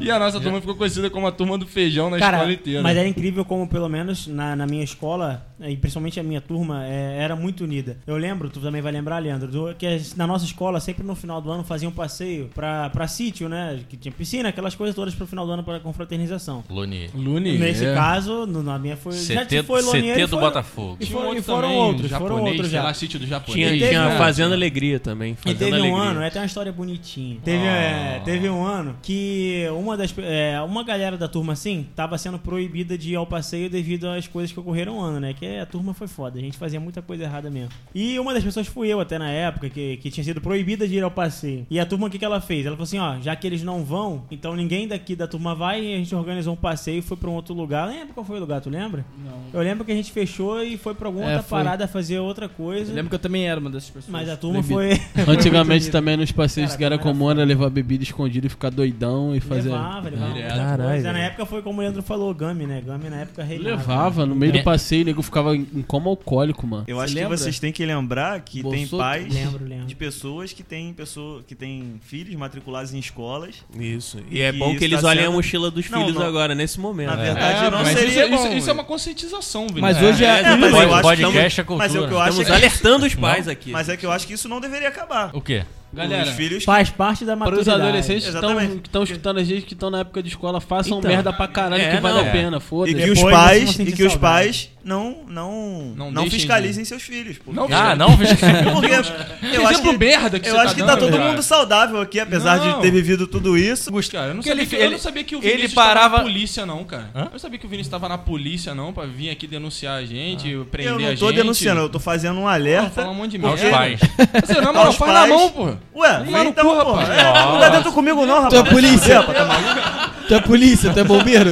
S5: E a nossa turma ficou conhecida como a turma do feijão na
S1: Cara,
S5: escola inteira.
S1: mas é era incrível como, pelo menos na, na minha escola, eh, e principalmente a minha turma, eh, era muito unida. Eu lembro, tu também vai lembrar, Leandro, do- que as- na nossa escola, sempre no final do ano, faziam um passeio pra, pra sítio, né? Que tinha piscina, aquelas coisas todas pro final do ano pra confraternização.
S4: Luni.
S5: Lune,
S1: Nesse
S5: é.
S1: caso, no- na minha foi. já
S4: CT,
S1: foi Lonier,
S4: CT
S1: e
S4: do
S1: foi-
S4: Botafogo.
S1: E,
S5: Tinha um
S1: foram- e
S5: outro
S1: foram
S5: também,
S1: outros,
S5: japonês,
S1: foram outros
S5: sei
S1: já.
S5: lá, sítio do
S7: Tinha,
S5: japonês.
S7: tinha
S5: né?
S7: Fazendo Alegria também.
S1: E
S7: Fazendo
S1: teve
S7: Alegria.
S1: um ano, é até uma história bonitinha. Teve, é, teve um ano que uma das é, uma galera da turma assim tava sendo proibida de ir ao passeio devido às coisas que ocorreram um ano, né? Que a turma foi foda, a gente fazia muita coisa errada mesmo. E uma das pessoas fui eu até na época que, que tinha sido proibida de ir ao passeio. E a turma o que, que ela fez? Ela falou assim, ó, já que eles não vão, então ninguém daqui da turma vai e a gente organizou um passeio e foi pra um outro lugar. Lembra qual foi o lugar, tu lembra? Não. Eu lembro que a gente fechou e foi pra alguma
S8: É,
S1: outra
S8: foi.
S1: parada fazer outra coisa.
S3: Eu lembro que eu também era uma dessas pessoas.
S1: Mas
S8: É.
S1: a turma
S3: Proibido.
S1: foi
S8: Antigamente também nos passeios
S1: Cara,
S8: que era
S1: como era
S8: comum era levar bebida escondida e ficar doidão e fazer.
S1: Levava, levava.
S5: É.
S1: muita
S7: Caralho,
S1: coisa. Na
S7: velho.
S1: época foi como o Leandro falou, Gami, né? Gami na época reinava.
S8: Levava, no meio do
S4: É.
S8: passeio o nego ficava em em coma alcoólico, mano.
S6: Eu acho
S3: lembra?
S6: que vocês têm que lembrar que tem
S3: Bolsotto?
S6: pais
S1: Lembro, lembro.
S6: de pessoas que têm pessoa, que têm filhos matriculados em escolas.
S7: Isso. E é
S6: E
S7: bom
S6: isso
S7: que eles
S6: tá
S7: olhem a
S6: sendo-
S7: mochila dos
S6: Não,
S7: filhos
S6: não.
S7: agora, nesse momento.
S6: Na
S7: É.
S6: verdade, não
S5: mas
S6: seria
S5: isso, isso-
S6: bom.
S5: isso é uma conscientização, Vini.
S3: Mas hoje é.
S6: É, mas
S4: Pod-
S6: eu acho que-
S4: podcast é cultura.
S6: mas é o que eu acho
S7: Estamos
S6: é que,
S7: alertando os pais aqui.
S6: mas é que eu acho que isso não deveria acabar.
S4: O
S7: [LAUGHS]
S4: quê?
S5: Galera,
S6: os filhos
S1: Tipo, Faz parte da
S8: Para os
S1: maturidade.
S8: adolescentes
S6: Exatamente.
S8: que estão escutando a gente que estão na época de escola, façam
S7: Então.
S8: merda pra caralho
S7: É,
S8: que vale
S7: não.
S8: a pena,
S6: e
S8: foda-se.
S6: que os
S1: depois vocês vão
S6: pais e
S1: sentir
S6: que os
S1: saudade.
S6: pais não não não,
S5: Não deixem
S6: fiscalizem seus filhos. Porque,
S5: Não,
S4: Ah, não, veja.
S6: porque eu acho
S5: exemplo
S6: que
S5: merda que
S6: eu
S5: você
S6: acho
S5: tá
S6: que tá
S5: dando,
S6: todo
S5: cara.
S6: mundo saudável aqui, apesar de
S5: Não.
S6: ter vivido tudo isso.
S5: Augusto, cara, eu não,
S4: Porque
S5: sabia
S4: ele-
S5: que,
S4: ele-
S5: eu não sabia que o
S4: ele
S5: Vinícius estava
S4: parava-
S5: na polícia, não, cara.
S4: Hã?
S5: Eu não sabia que o Vinícius estava na polícia, não, pra vir aqui denunciar a gente, prender
S6: Eu
S5: a
S6: não
S5: é gente.
S6: tô denunciando, eu tô fazendo um
S5: Porra,
S6: alerta.
S5: falar um monte de
S4: [LAUGHS] Aos
S5: merda.
S4: pais.
S5: Você, na moral,
S6: Aos
S5: faz na
S6: pais.
S5: mão, pô.
S6: Ué,
S5: Vai no
S6: então,
S5: cu,
S6: pô,
S5: rapaz.
S6: é, não dá dentro comigo não, rapaz.
S3: Tu é polícia.
S6: Epa, tá maluco?
S3: Tu é polícia? Tu é bombeiro?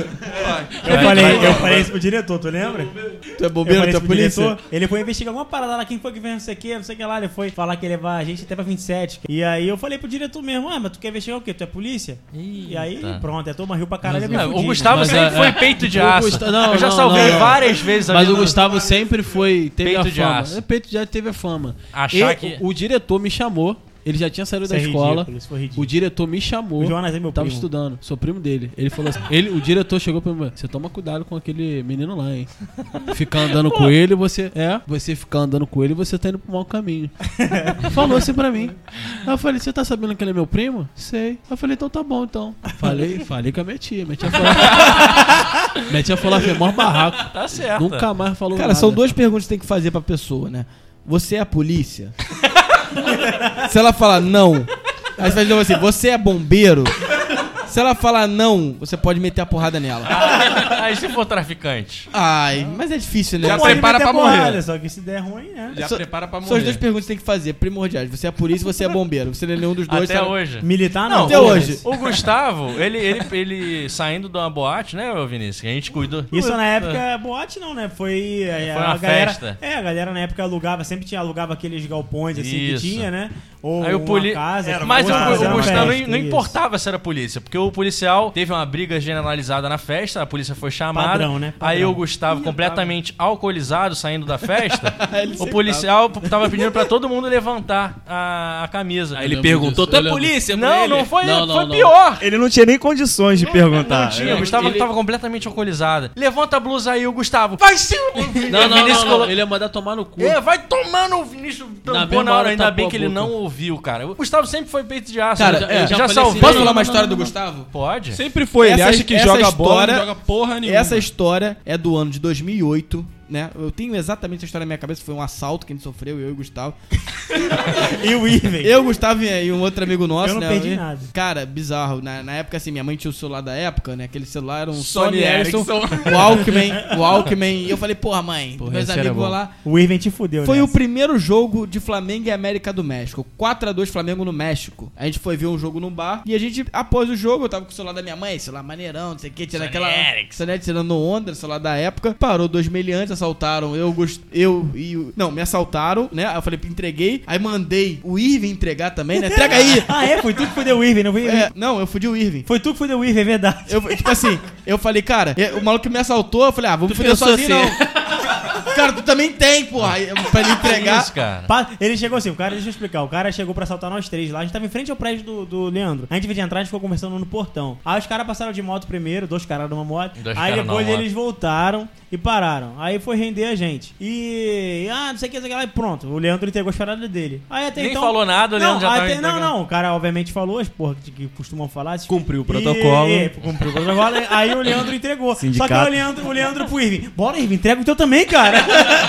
S1: Eu
S4: É.
S1: falei, eu falei isso pro diretor, tu lembra?
S3: Tu é
S1: Eu
S3: bombeiro?
S1: falei
S3: Tu
S1: isso
S3: é
S1: pro diretor,
S3: polícia?
S1: ele foi investigar alguma parada lá, quem foi que fez não sei o que, não sei o que lá, ele foi falar que ia levar a gente até pra 27. E aí eu falei pro diretor mesmo, ah, mas tu quer investigar o quê? Tu é polícia? E aí, pronto, a turma riu pra caralho. eu me
S4: É, O
S1: fudi.
S4: Gustavo
S8: Mas
S4: sempre
S8: é-
S4: foi
S8: é-
S4: peito de
S8: o
S4: aço.
S8: Gusta- não,
S4: eu já
S8: não,
S4: salvei
S8: não, não.
S4: várias vezes a
S8: Mas o
S4: vida.
S8: Gustavo sempre foi. Teve
S4: Peito
S8: a
S4: de
S8: fama.
S4: aço.
S8: É, Peito de aço teve a fama.
S4: Achar
S8: E
S4: que-
S8: O, o diretor me chamou. Ele já tinha saído
S1: Isso
S8: da
S1: é
S8: escola.
S1: ridículo, isso foi ridículo.
S8: O diretor me chamou.
S1: O Jonas é meu
S8: Tava
S1: primo.
S8: estudando. Sou primo dele. Ele falou assim: ele, o diretor chegou pra mim: você toma cuidado com aquele menino lá, hein? Ficar
S1: [LAUGHS]
S8: andando com ele, você. É, você ficar andando com ele, você tá indo pro mau caminho. falou assim pra mim. Aí eu falei: você tá sabendo que ele é meu primo? Sei. Aí eu falei: então tá bom, então. Falei, falei com a minha tia. Minha tia falou: [LAUGHS] minha tia falou fez maior barraco.
S4: Tá certo.
S8: Nunca mais falou
S3: Cara,
S8: nada.
S5: né?
S3: são duas perguntas que tem que fazer pra pessoa, né? Você é a polícia? [LAUGHS] Se ela falar não, aí você vai dizer assim, você é bombeiro? Se ela falar não, você pode meter a porrada
S4: [LAUGHS]
S3: nela.
S4: Aí se for traficante.
S3: Ai, mas é difícil, né?
S5: Já
S1: Pode
S5: prepara
S1: meter
S5: pra
S1: porrada,
S5: morrer.
S1: Só que se der ruim, né?
S5: Já
S3: Só-
S5: prepara pra morrer.
S3: São as duas perguntas que tem que fazer, primordiais. Você é polícia, você é bombeiro. Você não é nenhum dos dois.
S4: Até
S3: sabe?
S4: hoje.
S1: Militar
S4: Não,
S1: não.
S3: até hoje.
S4: O Gustavo, ele, ele, ele saindo de uma boate, né, ô Vinícius? Que a gente cuidou.
S1: Isso na época, boate não, né? Foi, é,
S4: Foi uma
S1: a galera,
S4: festa.
S1: É, a galera na época alugava, sempre tinha alugava aqueles galpões assim
S4: Isso.
S1: que tinha, né? Ou
S4: Aí o
S1: uma
S4: poli...
S1: casa. que
S4: Mas o,
S1: fosse fazer
S4: o
S1: uma
S4: Gustavo
S1: festa,
S4: não, não
S1: isso.
S4: importava se era polícia, porque o policial teve uma briga generalizada na festa, a polícia foi chamada.
S1: Padrão, né? Padrão.
S4: Aí o Gustavo, completamente alcoolizado, saindo da festa,
S8: [LAUGHS]
S4: o policial tava pedindo pra todo mundo levantar a, a camisa.
S5: Aí ele perguntou, tu é polícia? pra
S4: Não,
S5: ele?"
S4: não foi,
S8: Não, não,
S4: foi
S8: não.
S4: pior.
S6: Ele não tinha nem condições de perguntar.
S4: Não tinha, o Gustavo
S8: ele-
S4: tava completamente alcoolizado. Levanta a blusa aí, o Gustavo. Vai sim!
S8: um
S4: [LAUGHS]
S7: é
S8: Não, não,
S4: Vinícius
S8: não, não.
S4: colo-
S8: Ele ia mandar tomar no cu.
S4: É, vai tomando o Vinícius tampou
S8: mesma
S4: na hora,
S8: hora
S4: ainda
S8: tapou
S4: bem
S8: a
S4: que ele
S8: boca.
S4: não ouviu, cara. O Gustavo sempre foi peito de aço.
S3: Cara,
S4: Eu
S3: é,
S4: eu já,
S8: já falei
S4: salvei.
S3: Posso falar uma história do Gustavo?
S4: Pode.
S5: Sempre foi, ele
S3: Essa-
S5: acha que
S3: essa
S5: joga bola,
S3: história-
S5: não joga porra nenhuma.
S3: Essa história é do ano de 2008, né? Eu tenho exatamente essa história na minha cabeça. Foi um assalto que a gente sofreu, eu e o Gustavo.
S1: E o Irving.
S3: Eu, Gustavo e um outro amigo nosso,
S1: Eu não
S3: né?
S1: perdi
S3: E-
S1: nada.
S3: Cara, bizarro. Na, na época, assim, minha mãe tinha o celular da época, né? Aquele celular era um
S5: Sony
S3: Sony Ericsson,
S5: Ericsson.
S3: Walkman, Walkman. E eu falei, porra, mãe,
S8: Porra,
S3: meus
S8: esse era
S3: amigos vão
S8: bom.
S3: lá.
S1: O Irving te fudeu,
S3: Foi
S1: né?
S3: o primeiro jogo de Flamengo e América do México. 4x2 Flamengo no México. A gente foi ver um jogo num bar. E a gente, após o jogo, eu tava com o celular da minha mãe, celular maneirão, não sei o que, tirando aquela. Sony tirando onda, celular da época. Parou dois meliantes, assaltaram. Eu gost... eu e o. Não, me assaltaram, né? Aí eu falei, entreguei. Aí mandei o Irving entregar também, né?
S1: [LAUGHS]
S3: Entrega aí!
S1: Ah, é? Foi tu que fudeu o Irving, não foi?
S3: É, não, eu fudi o Irving.
S1: Foi tu que fudeu o Irving, é verdade.
S3: Eu, tipo assim, eu falei, cara, é, o maluco me assaltou, eu falei, ah, vamos fuder
S5: pensou
S3: sozinho
S5: assim.
S3: não. cara, tu também tem, porra. Aí, pra ele
S4: Que
S3: entregar.
S4: Isso, cara.
S1: Pa- Ele chegou assim, o cara, deixa eu explicar. O cara chegou pra assaltar nós três lá. A gente tava em frente ao prédio do, do Leandro. A gente veio de entrar, a gente ficou conversando no portão. Aí os caras passaram de moto primeiro, dois caras numa moto.
S4: Dois
S1: aí
S4: caras
S1: depois
S4: numa
S1: eles voltaram e pararam. Aí foi render a gente. E. Ah, não sei o que, não sei o que lá. E pronto, o Leandro entregou as paradas dele. Aí até
S4: Nem
S1: então.
S4: falou nada, o Leandro
S1: não,
S4: já tava
S1: até- Não,
S4: entregando.
S1: não, o cara obviamente falou as porra que, que costumam falar. esses-
S5: Cumpriu o protocolo.
S1: E- é, cumpriu o
S5: [LAUGHS]
S1: protocolo. aí o Leandro entregou. Só que
S6: Sindicato.
S1: o Leandro, o Leandro pro Irving. Bora, Irving, entrega o teu também, cara.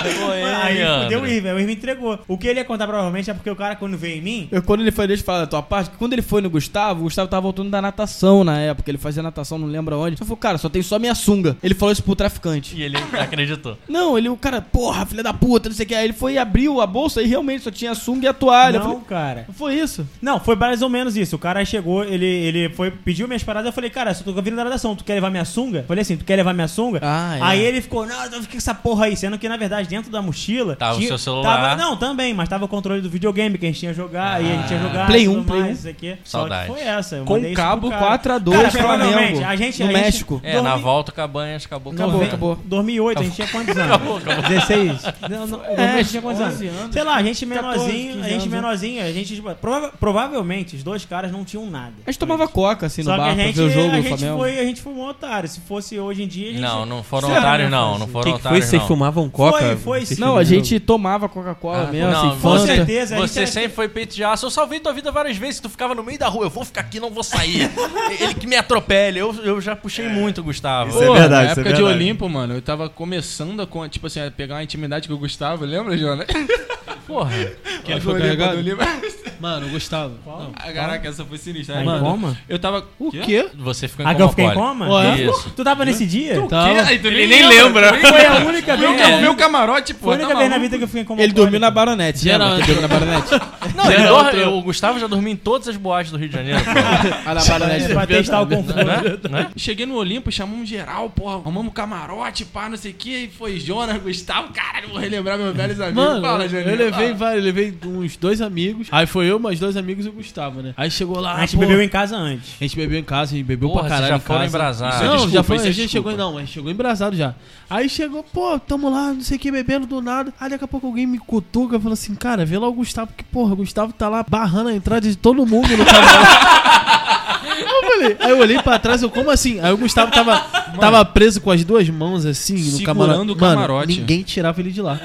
S1: aí fudeu o
S4: Leandro.
S1: Irving, aí o Irving entregou. O que ele ia contar provavelmente é porque o cara, quando veio em mim,
S3: Eu, quando ele foi, deixa eu falar da tua parte, que quando ele foi no Gustavo, o Gustavo tava voltando da natação na época. Ele fazia natação, não lembra onde. Só falou, cara, só tem só minha sunga. Ele falou isso pro traficante.
S4: E ele acreditou.
S3: Não, ele, o cara, porra, filha da puta, não sei o que. Aí ele foi e abriu a bolsa e realmente só tinha a sunga e a toalha. Eu
S1: não,
S3: falei,
S1: cara.
S3: foi isso.
S1: Não, foi mais ou menos isso. O cara chegou, ele, ele foi, pediu minhas paradas. Eu falei, cara, se eu tô vindo da natação, tu quer levar minha sunga? Falei assim, tu quer levar minha sunga?
S3: Ah, é.
S1: Aí ele ficou, não, eu fica com essa porra aí. Sendo que, na verdade, dentro da mochila.
S4: Tava o seu celular.
S1: tava- não, também, mas tava o controle do videogame que a gente tinha jogar. e a gente ia jogar.
S3: Play
S1: e tudo
S3: um, Play
S1: mais,
S3: um.
S1: isso aqui.
S4: Ah. Saudade.
S1: Só que foi essa. eu
S3: Com
S1: mandei isso pro
S3: cabo
S1: cara.
S3: 4x2
S1: Cara,
S3: Flamengo,
S1: provavelmente, A gente,
S3: no
S1: a gente
S3: México.
S4: É, na
S1: dormi-
S4: volta o Cabanhas acabou.
S3: Acabou,
S4: Cabanhas.
S3: acabou.
S1: 2008, a gente tinha quantos anos?
S3: [LAUGHS]
S1: 16? Não, não, a gente tinha quantos anos? Sei lá, a gente
S3: 14,
S1: menorzinho,
S3: 15
S1: a gente
S3: anos, né?
S1: menorzinho, a gente tipo, prova- provavelmente os dois caras não tinham nada.
S3: A gente tomava coca, assim, no
S1: Só que
S3: bar,
S1: a
S3: pra
S1: gente,
S3: ver o jogo
S1: a
S3: do
S1: gente
S3: Flamengo.
S1: foi, a gente foi um otário. Se fosse hoje em dia, a gente
S4: Não, não foram
S1: Será,
S4: otários,
S1: né,
S4: não.
S1: Francis?
S4: Não
S7: que,
S4: foram
S7: que foi?
S4: otários,
S7: Vocês
S4: não.
S7: fumavam coca?
S1: Foi, foi
S7: Vocês
S1: sim.
S3: Não,
S7: fumavam?
S3: a gente tomava
S1: Ah,
S3: Coca-Cola mesmo,
S4: Não,
S3: assim,
S1: Com
S4: você-
S3: Fanta.
S1: certeza, é a gente
S4: Você
S1: era-
S4: sempre foi peito de aço. Eu salvei tua vida várias vezes. Tu ficava no meio da rua. Eu vou ficar aqui, não vou sair. [LAUGHS] Ele que me atropele. Eu, eu já puxei muito, Gustavo.
S6: Isso é
S5: Porra,
S6: verdade,
S5: na
S6: isso é
S5: época de
S6: verdade.
S5: Olimpo, mano, eu tava começando a, co- tipo assim, a pegar uma intimidade com o Gustavo, lembra, Jonas?
S4: Porra.
S5: Que ele foi carregado? Olimpo.
S8: Mano, eu gostava. Não.
S5: Ah, Caraca, essa foi sinistra.
S1: Tá em
S5: Mano,
S1: coma?
S5: Eu tava.
S8: O quê?
S4: Você ficou em
S1: Ah, que
S4: coma
S1: eu fiquei em
S4: alcoólico.
S1: coma?
S8: Ué?
S4: Isso.
S1: Tu tava nesse dia?
S8: Tava.
S5: Aí tu nem, nem lembra.
S1: Foi a única
S5: Meu,
S1: vez.
S5: ca- meu um camarote, pô.
S1: Foi a única
S5: tá
S1: vez na
S5: maluco.
S1: vida que eu fiquei em coma.
S3: um Ele dormiu na
S1: alcoólico.
S3: baronete.
S8: Geral-
S3: lembra que Ele dormiu na baronete.
S5: é
S4: Não, ele
S8: Não,
S4: dorme-
S8: outro-
S4: eu- o Gustavo já dormiu em todas as boates do Rio de Janeiro. pô.
S3: Ah, na baronete.
S1: Pra testar o confronto.
S5: Cheguei no Olimpo, chamamos um geral, porra. Arrumamos um camarote, pá, não sei o que. E foi Jonas, Gustavo. Caralho, vou relembrar meus velhos amigos.
S8: Mano,
S5: Fala,
S8: eu,
S5: Janine.
S8: levei
S5: Fala.
S8: vários, eu levei uns dois amigos. Aí foi eu, mais dois amigos e o Gustavo, né? Aí chegou lá.
S1: A gente
S8: pô,
S1: bebeu em casa antes.
S8: A gente bebeu em casa, a gente bebeu
S4: Porra,
S8: pra
S4: vocês
S8: caralho.
S4: já
S8: em
S4: foram
S8: casa.
S4: embrasados.
S8: Não,
S5: Isso é
S8: já
S5: desculpa,
S8: foi, a
S5: isso é
S8: gente chegou. Não, a gente chegou embrasado já. Aí chegou, pô, tamo lá, não sei o que, bebendo do nada. Aí daqui a pouco alguém me cutuca e falou assim, cara, vê lá o Gustavo, que porra, o Gustavo tá lá barrando a entrada de todo mundo no camarote. [LAUGHS] Aí eu falei- Aí eu olhei pra trás, eu, como assim? Aí o Gustavo tava, tava preso com as duas mãos assim no
S5: Segurando
S8: camarote.
S5: o camarote.
S8: Mano, ninguém tirava ele de lá.